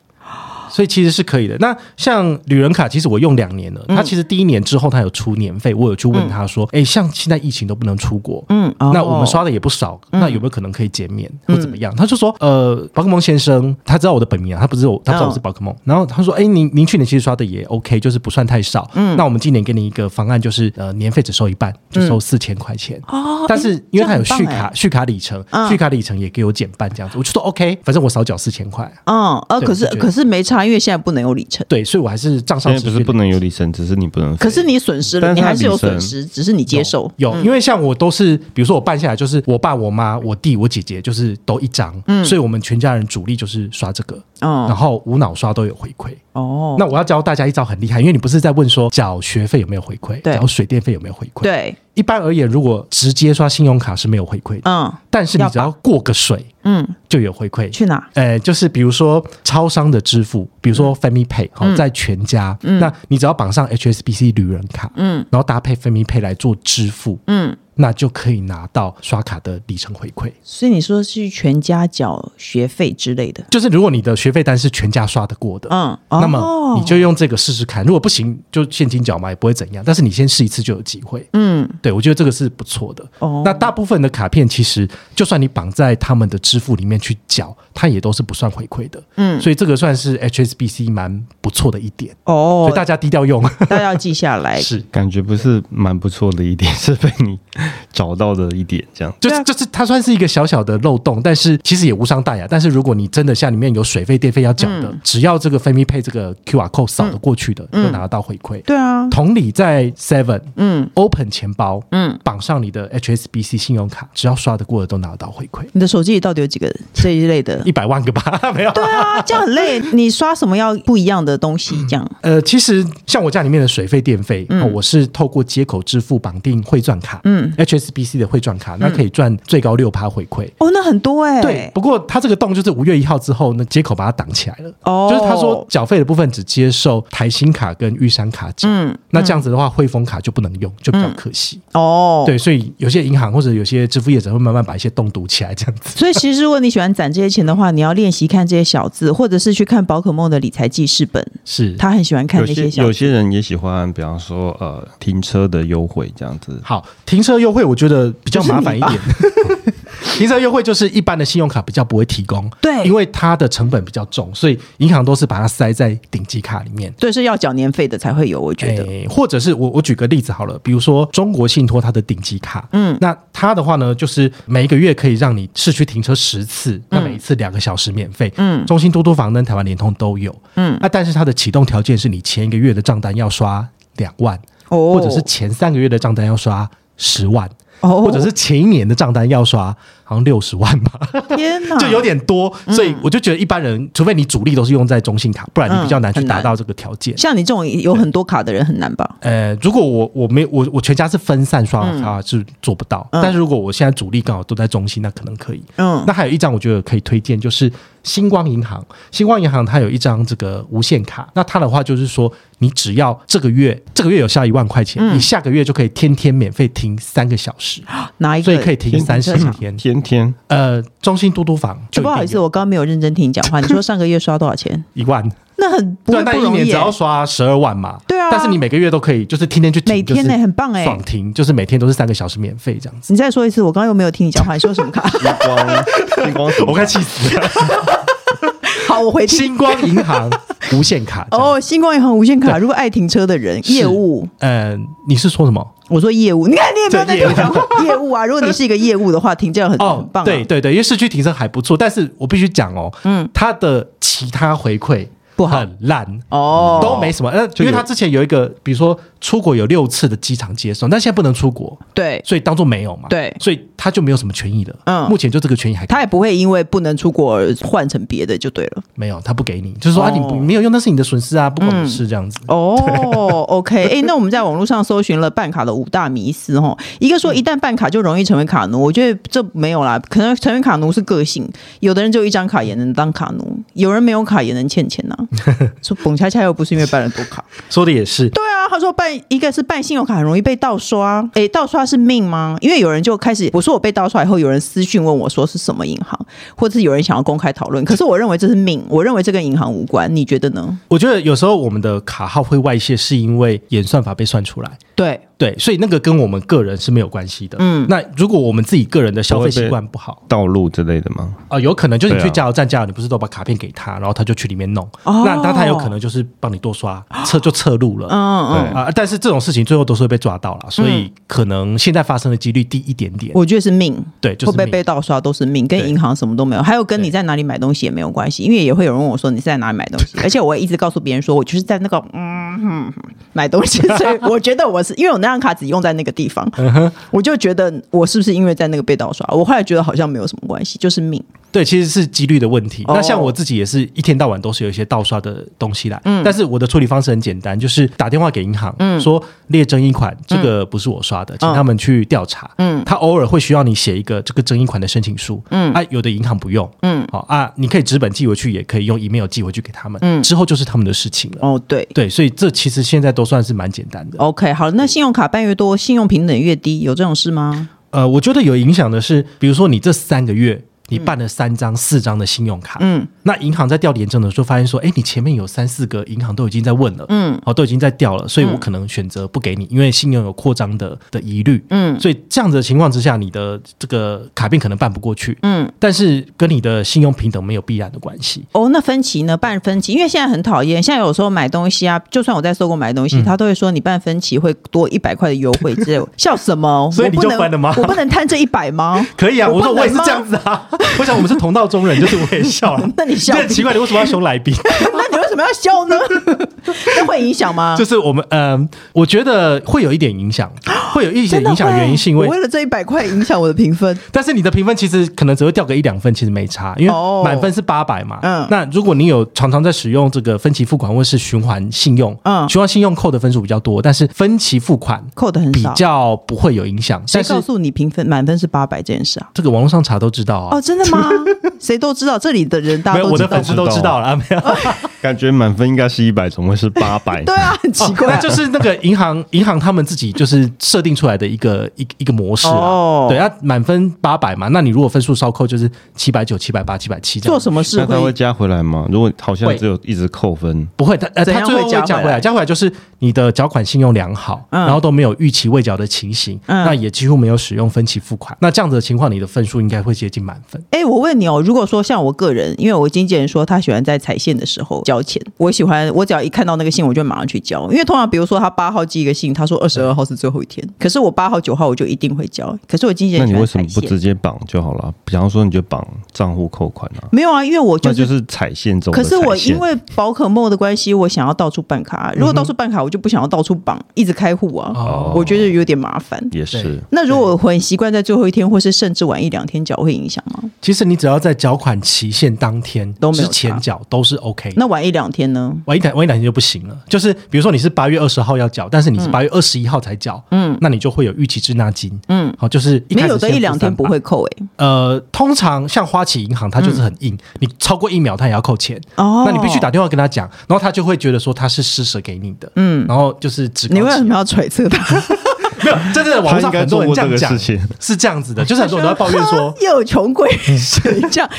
Speaker 2: 所以其实是可以的。那像旅人卡，其实我用两年了。
Speaker 1: 嗯
Speaker 2: 他其实第一年之后，他有出年费，我有去问他说：“哎、像现在疫情都不能出国，
Speaker 1: 嗯，哦嗯
Speaker 2: 那我们刷的也不少，那有没有可能可以减免或怎么样？他就说，呃，宝可梦先生，他知道我的本名啊，他不知道我，
Speaker 1: 哦
Speaker 2: 他知道我是宝可梦。然后他说，哎，您您去年其实刷的也 OK，就是不算太少。嗯，那我们今年给你一个方案，就是呃，年费只收一半，就收四千块钱。
Speaker 1: 嗯哦，
Speaker 2: 但是因为他有续
Speaker 1: 这样很棒嗯
Speaker 2: 卡，续卡里程，续卡里程也给我减半这样子，我就说 OK，反正我少缴四千块。
Speaker 1: 嗯，呃，
Speaker 2: 对
Speaker 1: 可是
Speaker 2: 我就觉得
Speaker 1: 可是没差，因为现在不能有里程，
Speaker 2: 对，所以我还是账上
Speaker 3: 现在不
Speaker 2: 持
Speaker 3: 是
Speaker 2: 续
Speaker 3: 不能有里程，只是你不能飞。
Speaker 1: 可是你损失了，
Speaker 3: 但
Speaker 1: 你
Speaker 3: 是它
Speaker 1: 还是有
Speaker 3: 里程
Speaker 1: 损失，只是你接受。嗯
Speaker 2: 有，因为像我都是，比如说我办下来就是我爸、我妈、我弟、我姐姐，就是都一张，所以我们全家人主力就是刷这个，
Speaker 1: 嗯
Speaker 2: 然后无脑刷都有回馈。
Speaker 1: 哦，
Speaker 2: 那我要教大家一招很厉害，因为你不是在问说缴学费有没有回馈，
Speaker 1: 对
Speaker 2: 缴水电费有没有回馈？，
Speaker 1: 对，
Speaker 2: 一般而言，如果直接刷信用卡是没有回馈的，
Speaker 1: 嗯
Speaker 2: 但是你只要过个水
Speaker 1: 嗯，
Speaker 2: 就有回馈。
Speaker 1: 去哪？
Speaker 2: 呃，就是比如说超商的支付，比
Speaker 1: 嗯
Speaker 2: 如说 Family Pay，好、在全家，那你只要绑上 HSBC 旅人卡，
Speaker 1: 嗯
Speaker 2: 然后搭配 Family Pay 来做支付，
Speaker 1: 嗯，
Speaker 2: 那就可以拿到刷卡的里程回馈。
Speaker 1: 所以你说是全家缴学费之类的，
Speaker 2: 就是如果你的学费单是全家刷得过的，
Speaker 1: 嗯，
Speaker 2: 那么
Speaker 1: 哦
Speaker 2: 你就用这个试试看。如果不行，就现金缴嘛，也不会怎样。但是你先试一次就有机会。
Speaker 1: 嗯
Speaker 2: 对，我觉得这个是不错的。
Speaker 1: 哦
Speaker 2: 那大部分的卡片其实，就算你绑在他们的支付里面去缴，它也都是不算回馈的。
Speaker 1: 嗯
Speaker 2: 所以这个算是 HSBC 蛮不错的一点，所
Speaker 1: 哦哎
Speaker 2: 以，大家低调用。
Speaker 1: 大家要记下来。
Speaker 2: 是，
Speaker 3: 感觉不是蛮不错的一点，是被你找到的一点，这样
Speaker 2: 就
Speaker 1: 对啊
Speaker 2: 是就是它算是一个小小的漏洞，但是其实也无伤大雅。但是如果你真的像里面有水费、电费要缴
Speaker 1: 嗯
Speaker 2: 的，只要这个 f e m i Pay 这个 QR code 扫得过去的，你就拿得到回馈。
Speaker 1: 对啊，
Speaker 2: 同理，在 Seven
Speaker 1: 嗯
Speaker 2: Open 钱包，
Speaker 1: 嗯，
Speaker 2: 绑上你的 HSBC 信用卡，只要刷得过的都拿得到回馈，
Speaker 1: 你的手机里到底有几个这一类的
Speaker 2: 一？百万个吧，没有。
Speaker 1: 对啊，这样很累。你刷什么要不一样的东西？这样
Speaker 2: 呃，其实像我家里面的水费、电费、
Speaker 1: 嗯
Speaker 2: 哦我是透过接口支付绑定汇赚卡，嗯，HSBC 的汇赚卡，
Speaker 1: 嗯
Speaker 2: 那可以赚最高六趴回馈。
Speaker 1: 哦，那很多哎、
Speaker 2: 对，不过它这个洞就是五月一号之后，那接口把它挡起来了。
Speaker 1: 哦
Speaker 2: 就是他说缴费的部分只接受台新卡跟玉山卡缴，
Speaker 1: 嗯
Speaker 2: 那这样子的话，汇丰卡就不能用，就比较可惜。
Speaker 1: 哦，，
Speaker 2: 对，所以有些银行或者有些支付业者会慢慢把一些洞堵起来，这样子。
Speaker 1: 所以其实如果你喜欢攒这些钱的话，你要练习看这些小字，或者是去看宝可梦的理财记事本，
Speaker 2: 是，
Speaker 1: 他很喜欢看
Speaker 3: 有
Speaker 1: 那些
Speaker 3: 些
Speaker 1: 小
Speaker 3: 有些人也喜欢，比方说呃停车的优惠这样子，
Speaker 2: 好，停车优惠我觉得比较麻烦一点。 停车优惠就是一般的信用卡比较不会提供，
Speaker 1: 对
Speaker 2: 因为它的成本比较重，所以银行都是把它塞在顶级卡里面。
Speaker 1: 对，是要缴年费的才会有，我觉得。
Speaker 2: 诶或者是我我举个例子好了，比如说中国信托它的顶级卡，嗯，那它的话呢，就是每一个月可以让你市区停车十
Speaker 1: 嗯
Speaker 2: 次，那每一次两个小时免费，嗯，中信、嘟嘟房跟台湾联通都有，嗯，那但是它的启动条件是你前一个月的账单要刷两万，
Speaker 1: 哦，
Speaker 2: 或者是前三个月的账单要刷十万，
Speaker 1: 哦，
Speaker 2: 或者是前一年的账单要刷好像六十万吧，
Speaker 1: 天哪，
Speaker 2: 就有点多，
Speaker 1: 嗯
Speaker 2: 所以我就觉得一般人，除非你主力都是用在中信卡，不然你比较难去
Speaker 1: 嗯很难
Speaker 2: 达到这个条件。
Speaker 1: 像你这种有很多卡的人很难吧？
Speaker 2: 呃，如果我我没有我我全家是分散刷的话是做不到，
Speaker 1: 嗯
Speaker 2: 但是如果我现在主力刚好都在中信，那可能可以。
Speaker 1: 嗯
Speaker 2: 那还有一张我觉得可以推荐，就是星光银行。星光银行它有一张这个无限卡，那它的话就是说，你只要这个月这个月有下一万块钱，
Speaker 1: 嗯
Speaker 2: 你下个月就可以天天免费停三个小时，
Speaker 1: 哪一个？
Speaker 2: 所以可以停
Speaker 3: 天
Speaker 2: 三十
Speaker 1: 啊天
Speaker 2: 天。
Speaker 3: 天天
Speaker 2: 呃，中信嘟嘟房就
Speaker 1: 哎不好意思，我刚刚没有认真听你讲话。你说上个月刷多少钱？
Speaker 2: 一万，
Speaker 1: 那很不
Speaker 2: 对，
Speaker 1: 会
Speaker 2: 那
Speaker 1: 不
Speaker 2: 一
Speaker 1: 容
Speaker 2: 年
Speaker 1: 易
Speaker 2: 只要
Speaker 1: 欸，
Speaker 2: 刷十二万嘛。
Speaker 1: 对啊
Speaker 2: 但是你每个月都可以，就是天天去停，
Speaker 1: 每天
Speaker 2: 就是
Speaker 1: 欸很棒欸
Speaker 2: 爽停，就是每天都是三个小时免费这样子。
Speaker 1: 你再说一次，我刚刚又没有听你讲话，你说什么卡？
Speaker 3: 星光 星光什么，
Speaker 2: 我快气死了！
Speaker 1: 好，我回听。
Speaker 2: 星光银行无限卡哦，
Speaker 1: 哦，星光银行无限卡，
Speaker 2: 对
Speaker 1: 如果爱停车的人，
Speaker 2: 是
Speaker 1: 业务，
Speaker 2: 嗯、呃，你是说什么？
Speaker 1: 我说业务，你看你也没有在
Speaker 2: 对
Speaker 1: 听我讲话。业务啊，如果你是一个业务的话，停这样很很棒啊。
Speaker 2: 哦对对对，因为市区停车还不错，但是我必须讲哦，嗯，它的其他回馈
Speaker 1: 不好
Speaker 2: 很烂。
Speaker 1: 哦，
Speaker 2: 都没什么，那因为
Speaker 3: 有
Speaker 2: 他之前有一个，比如说出国有六次的机场接送，但现在不能出国，
Speaker 1: 对，
Speaker 2: 所以当做没有嘛，
Speaker 1: 对
Speaker 2: 所以他就没有什么权益了。
Speaker 1: 嗯
Speaker 2: 嗯，目前就这个权益还
Speaker 1: 他也不会因为不能出国而换成别的就对了。
Speaker 2: 没有，他不给你，就是说、啊，你
Speaker 1: 哦嗯
Speaker 2: 不没有用，那是你的损失啊，不关我的事这样子。
Speaker 1: 哦，OK，哎、那我们在网络上搜寻了办卡的五大迷思哦，一个说一旦办卡就容易成为卡奴，我觉得这没有啦，可能成为卡奴是个性，有的人就一张卡也能当卡奴，有人没有卡也能欠钱 呐、说蹦恰恰又不是因为办了多卡，
Speaker 2: 说的也是，
Speaker 1: 对啊，他说办一个是办信用卡很容易被盗刷，哎、盗刷是命吗？因为有人就开始我说我被盗刷以后，有人私讯问我说是什么银行，或者是有人想要公开讨论，可是我认为这是命，我认为这跟银行无关，你觉得呢？
Speaker 2: 我觉得有时候我们的卡号会外泄，是因为演算法被算出来。
Speaker 1: 对。
Speaker 2: 对，所以那个跟我们个人是没有关系的。嗯，那如果我们自己个人的消费习惯不
Speaker 1: 哦
Speaker 2: 好
Speaker 3: 道路之类的吗？
Speaker 2: 啊、有可能就是你去
Speaker 3: 对啊
Speaker 2: 加油站加油，你不是都把卡片给他，然后他就去里面弄，
Speaker 1: 啊哦
Speaker 2: 那他他有可能就是帮你多刷 侧就侧路了。
Speaker 1: 嗯嗯，
Speaker 3: 对
Speaker 2: 啊、但是这种事情最后都是会被抓到了，所以可能现在发生的几率低一点点。
Speaker 1: 我觉得是命，
Speaker 2: 对就是
Speaker 1: 会不会
Speaker 2: 命
Speaker 1: 被盗刷都是命，跟
Speaker 2: 对
Speaker 1: 银行什么都没有，还有跟你在哪里买东西也没有关系，因为也会有人问我说你是在哪里买东西，而且我会一直告诉别人说我就是在那个嗯哼买东西，所以我觉得我是因为我那张卡只用在那个地方，
Speaker 2: 嗯
Speaker 1: 我就觉得我是不是因为在那个被盗刷，我后来觉得好像没有什么关系，就是命，
Speaker 2: 对，其实是几率的问题。
Speaker 1: 哦
Speaker 2: 那像我自己也是一天到晚都是有一些盗刷的东西啦，但是我的处理方式很简单，就是打电话给银行，说列争议款，这个不是我刷的，请他们去调查。嗯，他偶尔会需要你写一个这个争议款的申请书。嗯，啊，有的银行不用。嗯，好啊，你可以纸本寄回去，也可以用 email 寄回去给他们。嗯，之后就是他们的事情了。
Speaker 1: 哦对。
Speaker 2: 对，所以这其实现在都算是蛮简单的。
Speaker 1: OK，好，那信用卡办越多，信用平等越低，有这种事吗？
Speaker 2: 呃，我觉得有影响的是，比如说你这三个月你办了三张、四张的信用卡，嗯，那银行在调廉政的时候发现说，哎，你前面有三四个银行都已经在问了，嗯，哦，都已经在调了，所
Speaker 1: 嗯
Speaker 2: 以我可能选择不给你，因为信用有扩张的的疑虑，嗯，所以这样子的情况之下，你的这个卡片可能办不过去，嗯，但是跟你的信用平等没有必然的关系，
Speaker 1: 哦，那分期呢？办分期，因为现在很讨厌，现在有时候买东西啊，就算我在搜狗买东
Speaker 2: 嗯
Speaker 1: 西，他都会说你办分期会多一百块的优惠之类 的，笑什么？
Speaker 2: 所以
Speaker 1: 我
Speaker 2: 你
Speaker 1: 不
Speaker 2: 就
Speaker 1: 能
Speaker 2: 分了吗
Speaker 1: 我不能贪这一百 吗？
Speaker 2: 可以啊，
Speaker 1: 我
Speaker 2: 我
Speaker 1: 不
Speaker 2: 说我也是
Speaker 1: 能吗
Speaker 2: 这样子啊， 我想我们是同道中人，就是我也笑了
Speaker 1: ，那你笑
Speaker 2: 这很奇怪，你为什么要凶来宾？
Speaker 1: 那你为什么要笑 呢？那会影响吗？
Speaker 2: 就是我们，嗯、我觉得会有一点影响，会有一点
Speaker 1: 真的
Speaker 2: 影响，
Speaker 1: 会
Speaker 2: 原因是因为
Speaker 1: 我，为了这一百块影响我的评分。
Speaker 2: 但是你的评分其实可能只会掉个一两分，其实没差，因
Speaker 1: 哦
Speaker 2: 为满分是八百嘛。
Speaker 1: 嗯
Speaker 2: 那如果你有常常在使用这个分期付款或是循环信用，
Speaker 1: 嗯
Speaker 2: 循环信用扣的分数比较多，但是分期付款
Speaker 1: 扣得很
Speaker 2: 比
Speaker 1: 少
Speaker 2: 较不会有影响。
Speaker 1: 谁
Speaker 2: 但是
Speaker 1: 告诉你评分满分是八百这件事啊？
Speaker 2: 这个网络上查都知道啊。
Speaker 1: 哦，真的 吗？谁都知道，这里的人大
Speaker 2: 没
Speaker 1: 家
Speaker 2: 有，
Speaker 1: 都
Speaker 2: 我
Speaker 1: 知
Speaker 2: 的
Speaker 1: 道
Speaker 2: 粉丝都
Speaker 3: 知道
Speaker 2: 知道了，啊没有。
Speaker 3: 感觉满分应该是一百，怎么会是八百？
Speaker 1: 对啊，很奇怪
Speaker 2: 哦 那。就是那个银行银行他们自己就是设定出来的一个一一个模式啊。
Speaker 1: 哦
Speaker 2: 对，啊，满分八百嘛，那你如果分数稍扣就是七百九、七百八、七百七这样
Speaker 1: 做。什么事
Speaker 3: 那他会
Speaker 1: 会
Speaker 3: 加回来吗？如果好像
Speaker 2: 会
Speaker 3: 只有一直扣分，
Speaker 2: 不会，他呃，
Speaker 1: 怎
Speaker 2: 他
Speaker 1: 样
Speaker 2: 最后
Speaker 1: 会
Speaker 2: 会
Speaker 1: 加
Speaker 2: 加
Speaker 1: 回
Speaker 2: 回来，
Speaker 1: 来
Speaker 2: 加回来就是你的缴款信用良好，
Speaker 1: 嗯
Speaker 2: 然后都没有逾期未缴的情形，
Speaker 1: 嗯
Speaker 2: 那也几乎没有使用分期付款，那这样子的情况，你的分数应该会接近满分。
Speaker 1: 哎、我问你哦，如果说像我个人，因为我经纪人说他喜欢在踩线的时候交钱，我喜欢我只要一看到那个信，我就马上去交，因为通常比如说他八号寄一个信，他说二十二号是最后一天，可是我八号九号我就一定会交，可是我经纪
Speaker 3: 那
Speaker 1: 人
Speaker 3: 你
Speaker 1: 喜
Speaker 3: 为
Speaker 1: 欢
Speaker 3: 什么
Speaker 1: 踩
Speaker 3: 不直
Speaker 1: 线，
Speaker 3: 接绑就好了？比方说你就绑账户扣款啊，
Speaker 1: 没有啊，因为我
Speaker 3: 那
Speaker 1: 就是。
Speaker 3: 就是踩线中的
Speaker 1: 可
Speaker 3: 踩线。嗯
Speaker 1: 是我因为宝可梦的关系，我想要到处办卡。啊如果到处办卡，我就不想要到处绑，一直开户啊，
Speaker 2: 哦
Speaker 1: 我觉得有点麻烦。
Speaker 3: 也是
Speaker 2: 对，
Speaker 1: 那如果我很习惯在最后一天，或是甚至晚一两天缴，会影响吗？
Speaker 2: 其实你只要在缴款期限当天
Speaker 1: 都没有
Speaker 2: 之
Speaker 1: 差
Speaker 2: 前缴都是 OK 的。
Speaker 1: 那晚一两天呢？
Speaker 2: 晚一点，晚一两天就不行了。就是比如说你是八月二十号要缴，但是你
Speaker 1: 嗯
Speaker 2: 是八月二十一号才缴，嗯，那你就会有预期滞纳金，嗯，好，就是一
Speaker 1: 没
Speaker 2: 开
Speaker 1: 有
Speaker 2: 始
Speaker 1: 有的
Speaker 2: 先
Speaker 1: 一两
Speaker 2: 付
Speaker 1: 天
Speaker 2: 300
Speaker 1: 不会扣欸诶、
Speaker 2: 呃，通常像花旗银行，它就是很硬，你超过一秒，它也要扣钱。
Speaker 1: 嗯哦
Speaker 2: 那你必须打电话跟他讲，然后他就会觉得说他是施舍给你的，嗯，然后就是只
Speaker 1: 你为
Speaker 2: 高啊
Speaker 1: 什
Speaker 2: 兴
Speaker 1: 么要揣测他？，
Speaker 2: 没有？真的，网络上很多人这样
Speaker 3: 他应该做过
Speaker 2: 讲
Speaker 3: 这个事，
Speaker 2: 是这样子的，就是很多人都在抱怨说 嗯
Speaker 1: 又有穷鬼谁这样，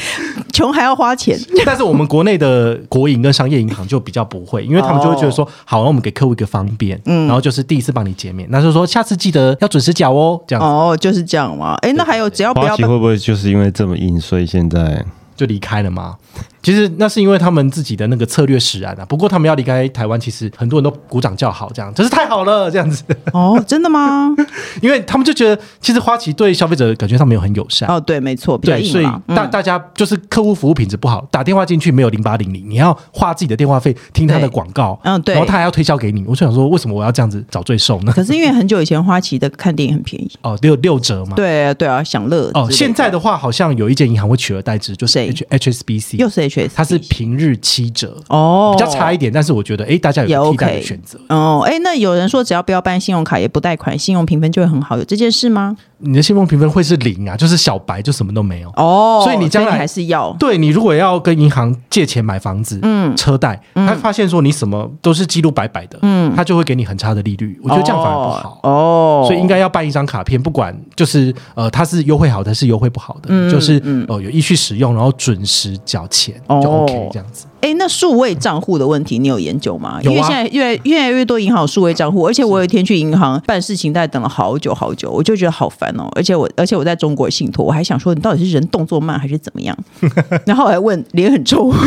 Speaker 1: 穷还要花钱。
Speaker 2: 但是我们国内的国营跟商业银行就比较不会，因为他们就会觉得说，好，那我们给客户一个方便，哦嗯，然后就是第一次帮你减免，那就说下次记得要准时缴哦，这样子
Speaker 1: 哦，就是这样嘛。哎、那还有只要不
Speaker 3: 花
Speaker 1: 要
Speaker 3: 旗会不会就是因为这么硬，所以现在
Speaker 2: 就离开了吗？其实那是因为他们自己的那个策略使然啊。不过他们要离开台湾，其实很多人都鼓掌叫好，这样真是太好了，这样子，
Speaker 1: 哦，真的吗？
Speaker 2: 因为他们就觉得其实花旗对消费者感觉上没有很友善。
Speaker 1: 哦，对，没错，比较
Speaker 2: 对，所
Speaker 1: 硬
Speaker 2: 以
Speaker 1: 嘛。嗯
Speaker 2: 大大家就是客户服务品质不好，打电话进去没有零八零零，你要花自己的电话费听他的
Speaker 1: 对
Speaker 2: 广告，
Speaker 1: 嗯对
Speaker 2: 然后他还要推销给你，我就想说，为什么我要这样子找罪受呢？
Speaker 1: 可是因为很久以前花旗的看电影很便宜，
Speaker 2: 哦，六六折嘛，，
Speaker 1: 对对啊，享乐
Speaker 2: 哦，
Speaker 1: 之类
Speaker 2: 现在的话好像有一间银行会取而代之，就是
Speaker 1: 谁
Speaker 2: H HSBC，
Speaker 1: 又是 HS，
Speaker 2: 它是平日七折，
Speaker 1: 哦，
Speaker 2: 比较差一点，但是我觉得，哎，大家
Speaker 1: 也
Speaker 2: 有个替代
Speaker 1: OK
Speaker 2: 的选择。
Speaker 1: 哦，哎，那有人说只要不要办信用卡，也不贷款，信用评分就会很好，有这件事吗？
Speaker 2: 你的信用评分会是零啊，就是小白就什么都没有。
Speaker 1: 哦，
Speaker 2: 所以你将来
Speaker 1: 还是要
Speaker 2: 对你如果要跟银行借钱买房子，嗯，车贷，他发现说你什么都是记录白白的，嗯，他就会给你很差的利率，我觉得这样反而不好。
Speaker 1: 哦，
Speaker 2: 所以应该要办一张卡片，不管就是呃，它是优惠好的，是优惠不好的，
Speaker 1: 嗯
Speaker 2: 就是哦、呃有依序使用，然后准时缴钱、
Speaker 1: 哦
Speaker 2: 就 OK 这样子。
Speaker 1: 哎，那数位账户的问题你有研究吗？
Speaker 2: 有啊
Speaker 1: 因为现在越来越来越多银行有数位账户，而且我有一天去银行办事情，大概等了好久好久，我就觉得好烦哦。而且我而且我在中国信托，我还想说你到底是人动作慢还是怎么 样？然后我还问脸很臭， 问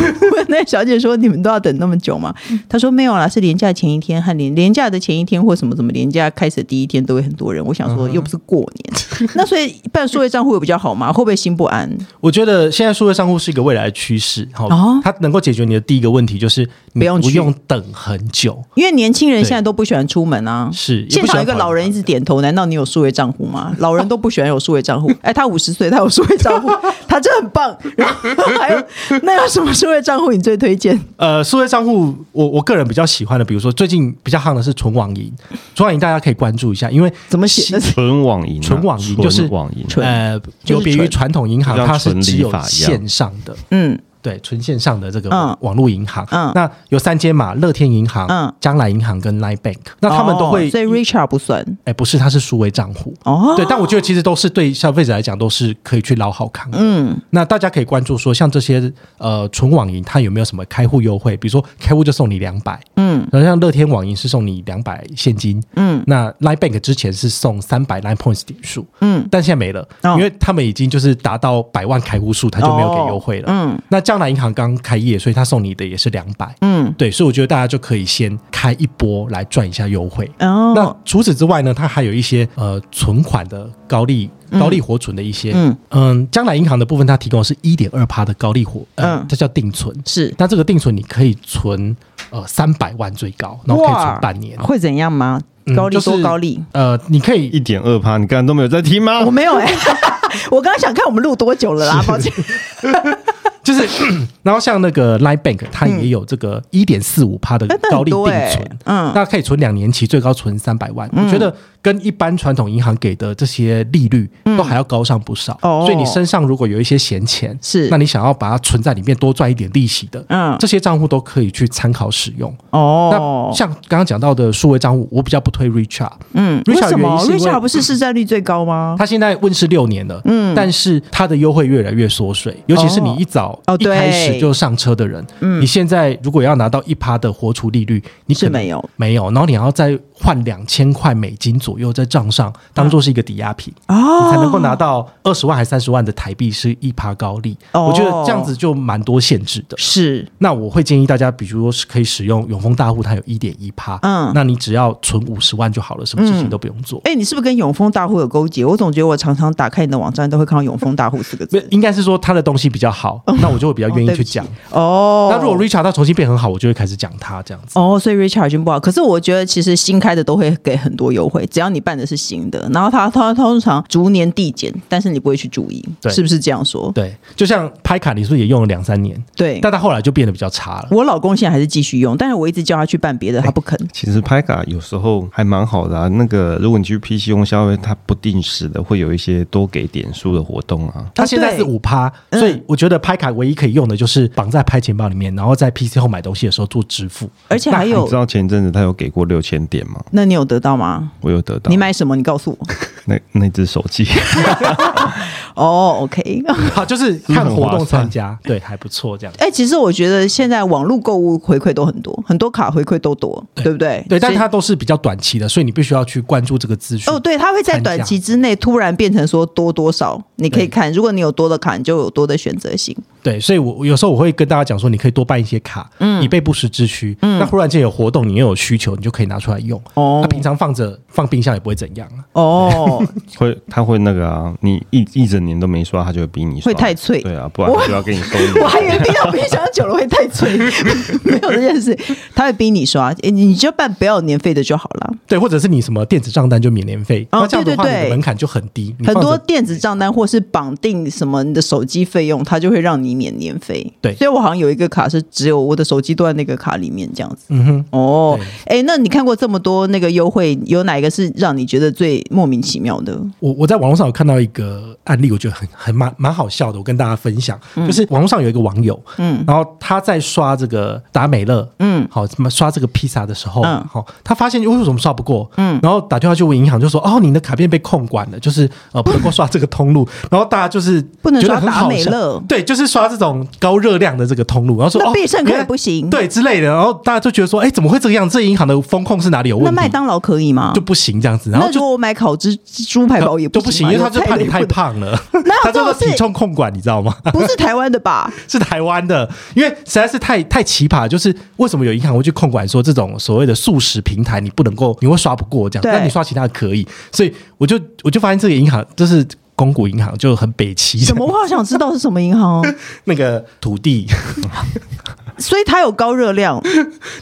Speaker 1: 那小姐说你们都要等那么久吗？
Speaker 2: 嗯
Speaker 1: 她说没有啦，是廉假前一天和廉廉假的前一天或什么什么廉假开始的第一天都会很多人。我想
Speaker 2: 嗯
Speaker 1: 说又不是过 年，那所以办数位账户有比较好吗？会不会心不安？
Speaker 2: 我觉得现在数位账户是一个未来的趋势，好、
Speaker 1: 哦
Speaker 2: 它能够解决你的第一个问题就是你
Speaker 1: 不用
Speaker 2: 不
Speaker 1: 去
Speaker 2: 用等很久，
Speaker 1: 因为年轻人现在都不喜欢出门啊。
Speaker 2: 是也
Speaker 1: 现
Speaker 2: 不喜
Speaker 1: 场有
Speaker 2: 欢
Speaker 1: 一个
Speaker 2: 跑
Speaker 1: 老人一直点头，难道你有数位账户吗？老人都不喜欢有数位 账户。哎，他五十岁，他有数位账户，他真的很棒。然后还有那有什么数位账户你最推荐？
Speaker 2: 呃，数位账户，我我个人比较喜欢的，比如说最近比较夯的是纯网银，纯网银大家可以关注一下，因为
Speaker 1: 怎么写？ 那是
Speaker 3: 纯网银啊、
Speaker 2: 纯网银就是
Speaker 3: 纯网银，
Speaker 1: 纯
Speaker 2: 呃，
Speaker 1: 就是
Speaker 2: 有别于
Speaker 1: 纯
Speaker 2: 传统银行，
Speaker 3: 就像
Speaker 2: 它是
Speaker 3: 纯
Speaker 2: 只
Speaker 3: 理
Speaker 2: 有
Speaker 3: 法一样
Speaker 2: 线上的，
Speaker 1: 嗯，
Speaker 2: 对，纯线上的这个
Speaker 1: 嗯
Speaker 2: 网络银行。
Speaker 1: 嗯
Speaker 2: 那有三间嘛，乐天银行、
Speaker 1: 嗯
Speaker 2: 将来银行跟 Line Bank，那他们都会
Speaker 1: 哦，所以 Richard 不算
Speaker 2: 哎、不是，它是数位账户。
Speaker 1: 哦。
Speaker 2: 对，但我觉得其实都是对消费者来讲都是可以去捞好康。嗯，那大家可以关注说，像这些呃纯网银，它有没有什么开户优惠？比如说开户就送你两百，嗯，然后像乐天网银是送你两百现金，嗯，那 Line Bank 之前是送三百 Line Points 点数，嗯，但现在没了，
Speaker 1: 哦
Speaker 2: 因为他们已经就是达到百万开户数，它就没有给优惠了。
Speaker 1: 哦
Speaker 2: 嗯，那将来银行刚开业，所以它送你的也是两百，嗯，对，所以我觉得大家就可以先开一波来赚一下优惠。那
Speaker 1: 哦，
Speaker 2: 除此之外呢，它还有一些呃存款的高利高利活存的一些，
Speaker 1: 嗯
Speaker 2: 嗯将来银行的部分它提供的是一点二趴的高利活，嗯
Speaker 1: 嗯，
Speaker 2: 它叫定存。
Speaker 1: 是
Speaker 2: 那这个定存你可以存呃三百万最高，然后可以存半年。
Speaker 1: 会怎样吗？
Speaker 2: 嗯
Speaker 1: 高利
Speaker 2: 就是
Speaker 1: 多高利？
Speaker 2: 呃，你可
Speaker 3: 一
Speaker 2: 以
Speaker 3: 点二趴，你刚刚都没有在听
Speaker 2: 哦
Speaker 3: 吗
Speaker 1: 我？没有哎， 我刚刚想看我们录多久了啦，抱歉。
Speaker 2: 就是， 然后像那个 Line Bank，它也有这个一点四五趴的
Speaker 1: 嗯哎那
Speaker 2: 高
Speaker 1: 很
Speaker 2: 利定
Speaker 1: 多欸
Speaker 2: 存，
Speaker 1: 嗯
Speaker 2: 那可以存两年期，最高存三百万。我觉得跟一般传统银行给的这些利率都还要高上不少。
Speaker 1: 嗯哦
Speaker 2: 所以你身上如果有一些闲钱，
Speaker 1: 是
Speaker 2: 那你想要把它存在里面多赚一点利息的，
Speaker 1: 嗯
Speaker 2: 这些账户都可以去参考使用。
Speaker 1: 哦
Speaker 2: 那，像刚刚讲到的数位账户，我比较不推 Richard，
Speaker 1: 嗯，为
Speaker 2: Richard
Speaker 1: 什么
Speaker 2: 原因是因为
Speaker 1: Richard 不是市占率最高吗？
Speaker 2: 它现在问世六年了，嗯，但是它的优惠越来越缩水，尤其是你一早
Speaker 1: 哦
Speaker 2: 一开始
Speaker 1: 对
Speaker 2: 就上车的人，嗯，你现在如果要拿到一趴的活出利率，你可
Speaker 1: 是
Speaker 2: 能
Speaker 1: 没有
Speaker 2: 没有，然后你还要再换两千块美金左右在账上，当做是一个抵押品，你
Speaker 1: 嗯哦
Speaker 2: 才能够拿到二十万还三十万的台币，是一趴高利。
Speaker 1: 哦
Speaker 2: 我觉得这样子就蛮多限制的。
Speaker 1: 是
Speaker 2: 那我会建议大家，比如说是可以使用永丰大户，它有一点一趴，
Speaker 1: 嗯
Speaker 2: 那你只要存五十万就好了，什么事情都不用做。
Speaker 1: 哎、你是不是跟永丰大户有勾结？我总觉得我常常打开你的网站都会看到永丰大户四个字
Speaker 2: 没有。应该是说他的东西比较好，那我就会比较愿意去讲。
Speaker 1: 哦。
Speaker 2: 那如果 Richard 他重新变很好，我就会开始讲他这样子。
Speaker 1: 哦，所以 Richard 已经不好。可是我觉得其实新开的都会给很多优惠，只要你办的是新的，然后他他通常逐年递减，但是你不会去注意，
Speaker 2: 对
Speaker 1: 是不是这样说？
Speaker 2: 对，就像拍卡，你是不是也用了两三年？
Speaker 1: 对，哦
Speaker 2: 但他后来就变得比较差了。
Speaker 1: 我老公现在还是继续用，但是我一直叫他去办别的，他不肯。
Speaker 3: 其实拍卡有时候还蛮好的啊。那个，如果你去 PC 用消费，它不定时的会有一些多给点数的活动啊。
Speaker 2: 他现在是
Speaker 1: 对
Speaker 2: 五趴，
Speaker 1: 嗯
Speaker 2: 所以我觉得拍卡唯一可以用的就是绑在拍钱包里面，然后在 PC 后买东西的时候做支付。
Speaker 1: 而且还
Speaker 3: 你
Speaker 1: 有
Speaker 3: 知，道前阵子他有给过六千点吗？
Speaker 1: 那你有得到吗？
Speaker 3: 我有得到。
Speaker 1: 你买什么？你告诉我。
Speaker 3: 那那只手机，
Speaker 1: 哦，OK。
Speaker 2: 好，就是看活动参加，对，还不错这样。
Speaker 1: 哎、其实我觉得现在网络购物回馈都很多，很多卡回馈都多，对不对？
Speaker 2: 对，但
Speaker 1: 所以
Speaker 2: 它都是比较短期的，所以你必须要去关注这个资讯。
Speaker 1: 哦，对，它会在
Speaker 2: 参加
Speaker 1: 短期之内突然变成说多多少，你可以
Speaker 2: 对
Speaker 1: 看。如果你有多的卡，你就有多的选择性。
Speaker 2: 对，所以我我有时候我会跟大家讲说，你可以多办一些卡，
Speaker 1: 嗯
Speaker 2: 以备不时之需。那忽然间有活动，你又有需求，你就可以拿出来用。
Speaker 1: 哦
Speaker 2: 那平常放着放冰箱也不会怎样啊。
Speaker 1: 哦，
Speaker 3: 会他会那个啊，你一一整年都没刷，他就会逼你刷。
Speaker 1: 会太脆
Speaker 3: 对啊，不然他就要给你收 你。
Speaker 1: 我还以为冰到冰箱久了会太脆， 没有这件事，他会逼你刷，诶你就办不要年费的就好了。
Speaker 2: 对，或者是你什么电子账单就免年费，
Speaker 1: 哦
Speaker 2: 那这样的话
Speaker 1: 对对对
Speaker 2: 你的门槛就很低，你
Speaker 1: 很
Speaker 2: 放着
Speaker 1: 多电子账单或是绑定什么你的手机费用，它就会让你免年费。
Speaker 2: 对
Speaker 1: 所以我好像有一个卡是只有我的手机都在那个卡里面这样子。
Speaker 2: 嗯哼，
Speaker 1: 哦，哎、那你看过这么多那个优惠，有哪一个是让你觉得最莫名其妙的？
Speaker 2: 我我在网络上有看到一个案例，我觉得很很蛮蛮好笑的，我跟大家分享，就是网络上有一个网友，
Speaker 1: 嗯
Speaker 2: 嗯，然后他在刷这个达美乐，
Speaker 1: 嗯
Speaker 2: 嗯，好，什么刷这个披萨的时候，
Speaker 1: 嗯
Speaker 2: 嗯，好，他发现为什么刷不过，嗯，然后打电话去问银行，就说哦，你的卡片被控管了，就是呃不能够刷这个通路，然后大家就是
Speaker 1: 不能
Speaker 2: 觉得
Speaker 1: 刷
Speaker 2: 很
Speaker 1: 达
Speaker 2: 好
Speaker 1: 美
Speaker 2: 笑
Speaker 1: 乐
Speaker 2: 对，就是刷这种高热量的这个通路，然后说
Speaker 1: 那
Speaker 2: 哦，
Speaker 1: 必胜客
Speaker 2: 原来
Speaker 1: 也不行啊
Speaker 2: 对之类的，然后大家就觉得说，哎，怎么会这个样？这银行的风控是哪里有问
Speaker 1: 那
Speaker 2: 题？
Speaker 1: 麦当劳可以吗
Speaker 2: 就？不行这样子，然后
Speaker 1: 那
Speaker 2: 就
Speaker 1: 如果我买烤猪猪排包也
Speaker 2: 就不行，
Speaker 1: 吗
Speaker 2: 因为他就
Speaker 1: 有菜
Speaker 2: 怕
Speaker 1: 的
Speaker 2: 你
Speaker 1: 也
Speaker 2: 太
Speaker 1: 不能，
Speaker 2: 胖了，
Speaker 1: 有
Speaker 2: 他
Speaker 1: 这
Speaker 2: 叫
Speaker 1: 种
Speaker 2: 做
Speaker 1: 事
Speaker 2: 体重控管，你知道吗？
Speaker 1: 不是台湾的 吧？
Speaker 2: 是台湾的，因为实在是太太奇葩，就是为什么有银行会去控管说这种所谓的素食平台，你不能够，你会刷不过这样，
Speaker 1: 对
Speaker 2: 那你刷其他的可以，所以我就我就发现这个银行就是。公股银行就很北齐，
Speaker 1: 什么？我好想知道是什么银 行哦。
Speaker 2: 那个土地，
Speaker 1: 所以它有高热量，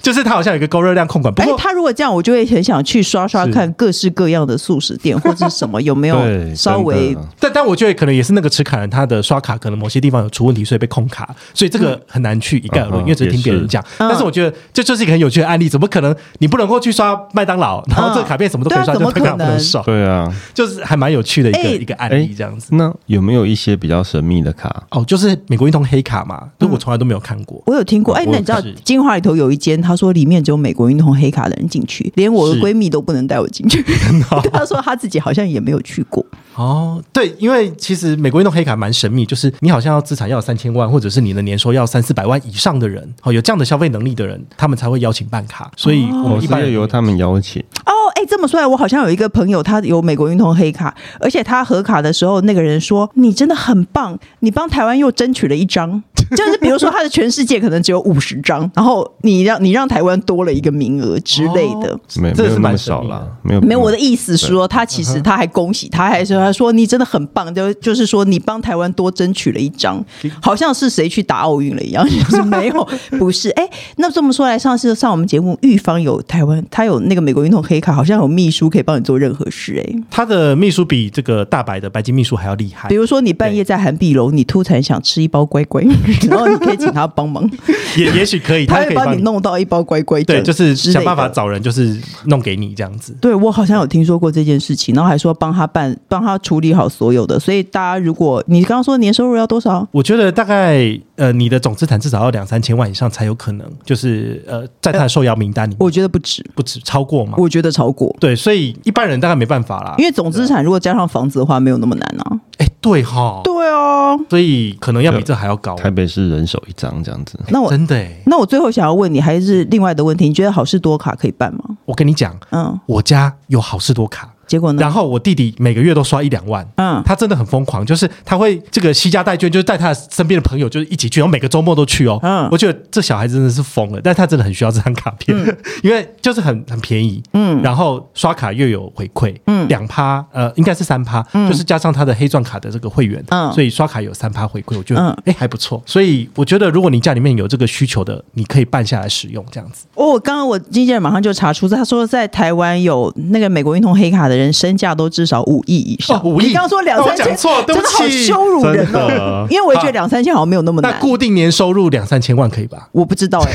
Speaker 2: 就是它好像有一个高热量控管，不
Speaker 1: 哎、
Speaker 2: 过
Speaker 1: 他如果这样，我就会很想去刷刷
Speaker 2: 是
Speaker 1: 看各式各样的素食店或者是什么有没有
Speaker 3: 对，
Speaker 1: 稍微
Speaker 3: 真的
Speaker 2: 但但我觉得可能也是那个持卡人他的刷卡可能某些地方有出问题，所以被控卡，所以这个很难去一概而论，
Speaker 3: 嗯
Speaker 2: 因为只是听别人讲。
Speaker 1: 嗯
Speaker 2: 但是我觉得这就是一个很有趣的案例，怎么可能你不能够去刷麦当劳，然后这个卡片什么都可以刷，
Speaker 1: 对啊
Speaker 2: 就麦当
Speaker 1: 怎么可
Speaker 2: 劳不
Speaker 1: 能
Speaker 2: 能刷，
Speaker 3: 对啊，
Speaker 2: 就是还蛮有趣的一个、
Speaker 1: 哎
Speaker 2: 一个案例这样子。
Speaker 3: 那有没有一些比较神秘的卡？
Speaker 2: 哦，就是美国运通黑卡嘛，就我从来都没有看过。
Speaker 1: 我有听过，哎、
Speaker 2: 我
Speaker 1: 那你知道
Speaker 2: 是
Speaker 1: 金华里头有一间，他说里面只有美国运通黑卡的人进去，连我的
Speaker 2: 是
Speaker 1: 闺蜜都不能带我进 去。 她说她自己好像也没有去过，
Speaker 2: 哦，对，因为其实美国运动黑卡蛮神秘，就是你好像要资产要三千万，或者是你的年收要三四百万以上的人，哦，有这样的消费能力的人，他们才会邀请办卡。所以我
Speaker 3: 我
Speaker 2: 们一
Speaker 3: 哦是
Speaker 2: 般
Speaker 3: 要
Speaker 2: 人
Speaker 3: 由他们邀请，
Speaker 1: 哦，哎、这么说来，我好像有一个朋友，他有美国运通黑卡，而且他核卡的时候，那个人说你真的很棒，你帮台湾又争取了一张，就是比如说他的全世界可能只有五十张，然后你让你让台湾多了一个名额之类的。
Speaker 2: 哦
Speaker 3: 没
Speaker 2: 这个
Speaker 3: 没有
Speaker 2: 是
Speaker 3: 那么
Speaker 2: 蛮神
Speaker 3: 少
Speaker 2: 秘的
Speaker 3: 啦，没有
Speaker 1: 没有，我的意思是说，他其
Speaker 2: 嗯
Speaker 1: 实他还恭喜，他还说他说你真的很棒，就就是说你帮台湾多争取了一张，好像是谁去打奥运了一样， 就是没有，不是。哎，那这么说来，上次上我们节目，玉芳有台湾，他有那个美国运动黑卡，好像有秘书可以帮你做任何事。哎，
Speaker 2: 他的秘书比这个大白的白金秘书还要厉害
Speaker 1: 比。如说你半夜在韩碧楼，你突然想吃一包乖 乖，然后你可以请他帮忙，
Speaker 2: 也也许可以，
Speaker 1: 他
Speaker 2: 他可
Speaker 1: 会
Speaker 2: 以
Speaker 1: 帮
Speaker 2: 帮
Speaker 1: 你。弄到一包乖乖
Speaker 2: 对，
Speaker 1: 症
Speaker 2: 就是
Speaker 1: 之类
Speaker 2: 想办法
Speaker 1: 的
Speaker 2: 找人，就是弄给你这样子。
Speaker 1: 对我好像有听说过这件事情，然后还说帮他办，帮他处理好所有的。所以大家如果你刚刚说年收入要多少？
Speaker 2: 我觉得大概呃，你的总资产至少要两三千万以上才有可能，就是呃，在他的受邀名单里面
Speaker 1: 我觉得不止，
Speaker 2: 不止超过嘛。
Speaker 1: 我觉得超过，
Speaker 2: 对，所以一般人大概没办法啦。
Speaker 1: 因为总资产如果加上房子的话，没有那么难啊。
Speaker 2: 哎、对哈，
Speaker 1: 对啊，
Speaker 2: 所以可能要比这还要高。
Speaker 3: 台北市人手一张这样子。
Speaker 1: 那我
Speaker 2: 真的、欸，
Speaker 1: 那我最后想要问你，还是另外的问题，你觉得好事多卡可以办吗？
Speaker 2: 我跟你讲，
Speaker 1: 嗯，
Speaker 2: 我家有好事多卡。
Speaker 1: 结果呢
Speaker 2: 然？后我弟弟每个月都刷一两万，
Speaker 1: 嗯
Speaker 2: 他真的很疯狂，就是他会这个惜家带眷，就是带他身边的朋友，就是一起去，然后每个周末都去哦。
Speaker 1: 嗯
Speaker 2: 我觉得这小孩真的是疯了，但他真的很需要这张卡片， 因为就是很很便宜，嗯，然后刷卡又有回馈，嗯，两趴呃应该是三趴，就是加上他的黑钻卡的这个会员，
Speaker 1: 嗯
Speaker 2: 所以刷卡有三趴回馈，我觉得
Speaker 1: 嗯
Speaker 2: 哎、诶还不错，所以我觉得如果你家里面有这个需求的，你可以办下来使用这样子。
Speaker 1: 哦，刚刚我经纪人马上就查出，他说在台湾有那个美国运通黑卡的人，身价都至少五亿以上。
Speaker 2: 哦5亿
Speaker 1: 你刚刚说两
Speaker 2: 哦我
Speaker 1: 三千，
Speaker 2: 讲错对
Speaker 1: 真
Speaker 2: 不
Speaker 1: 的好
Speaker 2: 起
Speaker 1: 羞辱人
Speaker 3: 真
Speaker 1: 哦
Speaker 3: 的。
Speaker 1: 因为我也觉得两三千好像没有那么
Speaker 2: 那
Speaker 1: 难。
Speaker 2: 固定年收入两三千万可以吧？
Speaker 1: 我不知 道哎、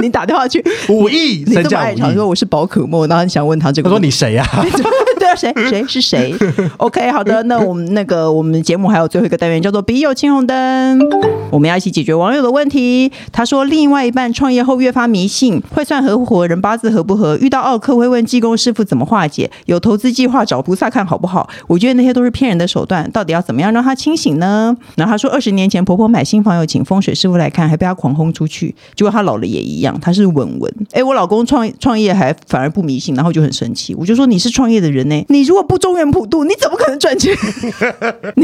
Speaker 1: 你打电话去，
Speaker 2: 五亿
Speaker 1: 你
Speaker 2: 身
Speaker 1: 这么
Speaker 2: 价
Speaker 1: 爱
Speaker 2: 五
Speaker 1: 常
Speaker 2: 亿
Speaker 1: 说。我是宝可梦，然后你想问他这个
Speaker 2: 他
Speaker 1: 问
Speaker 2: 说
Speaker 1: 题，
Speaker 2: 你谁呀、
Speaker 1: 对啊，谁谁是谁？OK，好 的，那我们那个我们节目还有最后一个单元叫做“笔友青红灯”，我们要一起解决网友的问题。他说，另外一半创业后越发迷信，会算合伙人八字合不合，遇到奥克会问技工师傅怎么化解，有投资计划找菩萨看好不好？我觉得那些都是骗人的手段，到底要怎么样让他清醒呢？然后他说，二十年前婆婆买新房有请风水师傅来看，还被他狂轰出去，结果他老了也一样，他是稳稳。哎，我老公创创业还反而不迷信，然后就很生气，我就说你是创业的人呢、你如果不中原普渡，你怎么可能赚钱？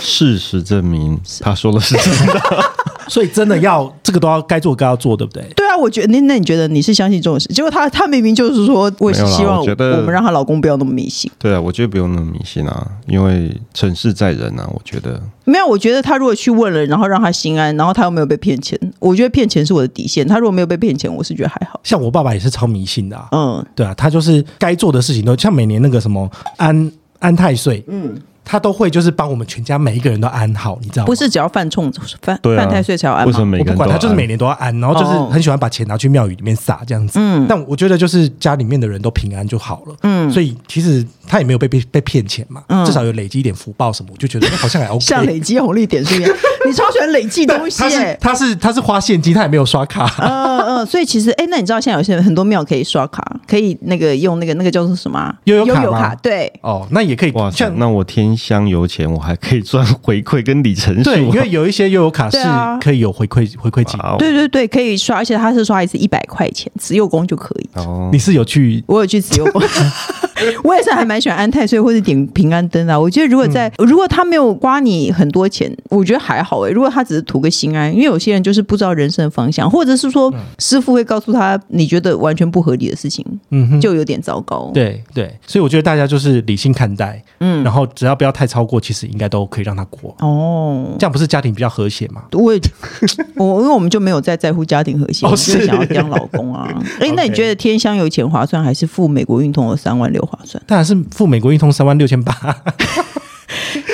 Speaker 3: 事实证明，他说的是真的。
Speaker 2: 所以真的要这个都要该做该要做，对不对？
Speaker 1: 对啊，我觉得那那你觉得你是相信这种事？结果他他明明就是说，我也是
Speaker 3: 没有啦
Speaker 1: 希望
Speaker 3: 我觉得
Speaker 1: 我们让她老公不要那么迷信。
Speaker 3: 对啊，我觉得不用那么迷信啊，因为成事在人啊。我觉得
Speaker 1: 没有，我觉得他如果去问了，然后让他心安，然后他又没有被骗钱，我觉得骗钱是我的底线。他如果没有被骗钱，我是觉得还好。
Speaker 2: 像我爸爸也是超迷信的、啊，
Speaker 1: 嗯，
Speaker 2: 对啊，他就是该做的事情都像每年那个什么安安太岁，嗯，他都会就是帮我们全家每一个人都安好，你知道吗？
Speaker 1: 不是只要犯冲犯、
Speaker 3: 对啊，
Speaker 1: 犯太岁才要安
Speaker 3: 为什么
Speaker 1: 吗？
Speaker 3: 每
Speaker 2: 我
Speaker 3: 个
Speaker 2: 不
Speaker 3: 人都
Speaker 2: 管
Speaker 3: 要
Speaker 2: 他，就是
Speaker 3: 按
Speaker 2: 每年都要安，然后就是
Speaker 1: 哦
Speaker 2: 很喜欢把钱拿去庙宇里面撒这样子。嗯，但我觉得就是家里面的人都平安就好了。嗯，所以其实他也没有被被被骗钱嘛，至少有累积一点福报什么，我就觉得好像还 OK。
Speaker 1: 像累积红利点数一样，你超喜欢累积 东西
Speaker 2: 他
Speaker 1: 耶、
Speaker 2: 是他是他是花现金，他也没有刷卡。
Speaker 1: 嗯嗯，所以其实，哎、那你知道现在有些很多庙可以刷卡，可以那个用那个那个叫做什么啊
Speaker 2: 悠游卡吗
Speaker 1: 悠卡，对，
Speaker 2: 哦，那也可以
Speaker 3: 哇塞
Speaker 2: 像，
Speaker 3: 那我添香油钱，我还可以赚回馈跟里程数啊。
Speaker 2: 对，因为有一些悠游卡是
Speaker 1: 对啊
Speaker 2: 可以有回馈回馈金。
Speaker 3: 哇哦
Speaker 1: 对对对，可以刷，而且它是刷一次一百块钱，慈幼宫就可以。
Speaker 3: 哦
Speaker 2: 你，是有去
Speaker 1: 我有去慈幼宫， 我也是还蛮喜欢安太岁或者点平安灯啊。我觉得如果在、
Speaker 2: 嗯
Speaker 1: 如果他没有刮你很多钱，我觉得还好哎、如果他只是图个心安，因为有些人就是不知道人生的方向，或者是说、师傅会告诉他你觉得完全不合理的事情，
Speaker 2: 嗯哼，
Speaker 1: 就有点糟糕。
Speaker 2: 对对，所以我觉得大家就是理性看待，嗯，然后只要不要太超过，其实应该都可以让他过，
Speaker 1: 哦，
Speaker 2: 这样不是家庭比较和谐吗？
Speaker 1: 我也 我因为我们就没有在在乎家庭和谐，
Speaker 2: 哦
Speaker 1: 我们就是
Speaker 2: 是
Speaker 1: 想要当老公 啊。哎、那你
Speaker 2: OK
Speaker 1: 觉得天香油钱划算，还是付美国运通的三万六划算？
Speaker 2: 当然是付美国运通三万六千八，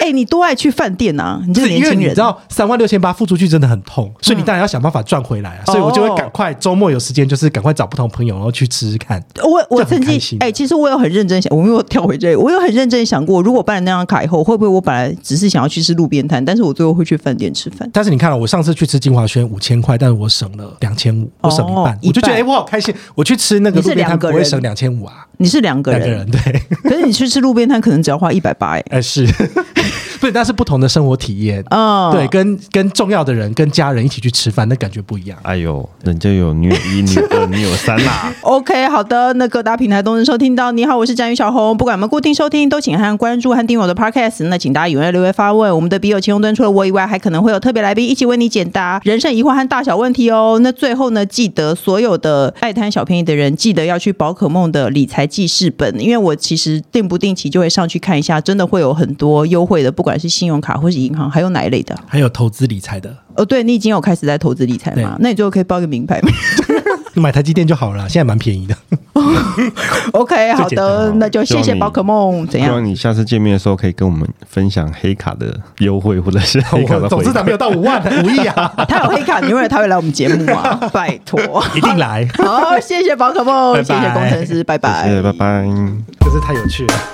Speaker 1: 哎、你多爱去饭店啊！ 你这
Speaker 2: 就
Speaker 1: 个年
Speaker 2: 是因为
Speaker 1: 轻
Speaker 2: 你
Speaker 1: 人嗯
Speaker 2: 知，道三万六千八付出去真的很痛，所以你当然要想办法赚回来啊。所以我就
Speaker 1: 哦
Speaker 2: 会赶快周末有时间，就是赶快找不同朋友，然后去吃吃看。
Speaker 1: 我我
Speaker 2: 这很
Speaker 1: 曾经
Speaker 2: 开心啊
Speaker 1: 哎、其实我有很认真想，我们又跳回这里，我有很认真想过，如果办了那张卡以后，会不会我本来只是想要去吃路边摊，但是我最后会去饭店吃饭？
Speaker 2: 但是你看了、我上次去吃金华轩五千块，但是我省了两千五，我省一半，
Speaker 1: 哦
Speaker 2: 我就觉得
Speaker 1: 一半
Speaker 2: 哎、我好开心。我去吃那个
Speaker 1: 你是
Speaker 2: 路边摊
Speaker 1: 两个
Speaker 2: 不
Speaker 1: 人
Speaker 2: 会省两千五啊，
Speaker 1: 你是两个
Speaker 2: 两
Speaker 1: 人，
Speaker 2: 个人 对，
Speaker 1: 可是你去吃路边摊可能只要花一百八哎。
Speaker 2: 哎、是， 对，但是不同的生活体验。
Speaker 1: 嗯，
Speaker 2: 对，跟跟重要的人、跟家人一起去吃饭，那感觉不一样。
Speaker 3: 哎呦，人家有女友一、女友二、女友三啦。
Speaker 1: OK，好的，那各大平台都能收听到。你好，我是詹宇小红。不管我们固定收听，都请按关注和订阅我的 Podcast。那请大家踊跃留言发问。我们的笔友青龙蹲除了我以外，还可能会有特别来宾一起为你解答人生疑惑和大小问题哦。那最后呢，记得所有的爱贪小便宜的人，记得要去宝可梦的理财记事本，因为我其实定不定期就会上去看一下，真的会有很多优惠的，不管是信用卡或是银行，还有哪一类的。
Speaker 2: 还有投资理财的，
Speaker 1: 哦，对你已经有开始在投资理财吗？那你最后可以报个名牌吗？
Speaker 2: 你买台积电就好了啦，现在蛮便宜的。
Speaker 1: OK，好
Speaker 2: 最简单
Speaker 1: 的
Speaker 3: 了，
Speaker 1: 那就谢
Speaker 3: 希
Speaker 1: 谢
Speaker 3: 望你
Speaker 1: 宝可梦， 怎
Speaker 3: 希
Speaker 1: 样？
Speaker 3: 望你下次见面的时候可以跟我们分享黑卡的优惠，或者是黑 卡
Speaker 2: 我
Speaker 3: 的
Speaker 2: 总
Speaker 3: 回
Speaker 2: 资产没有到五万，五亿 啊，
Speaker 1: 他有黑卡，你认为他会来我们节目吗？拜托。
Speaker 2: 一定来，
Speaker 1: 好，谢谢宝可梦，
Speaker 2: 拜
Speaker 1: 谢谢
Speaker 2: 拜
Speaker 1: 工程师，拜拜，
Speaker 3: 谢谢，拜拜。
Speaker 2: 可是太有趣了。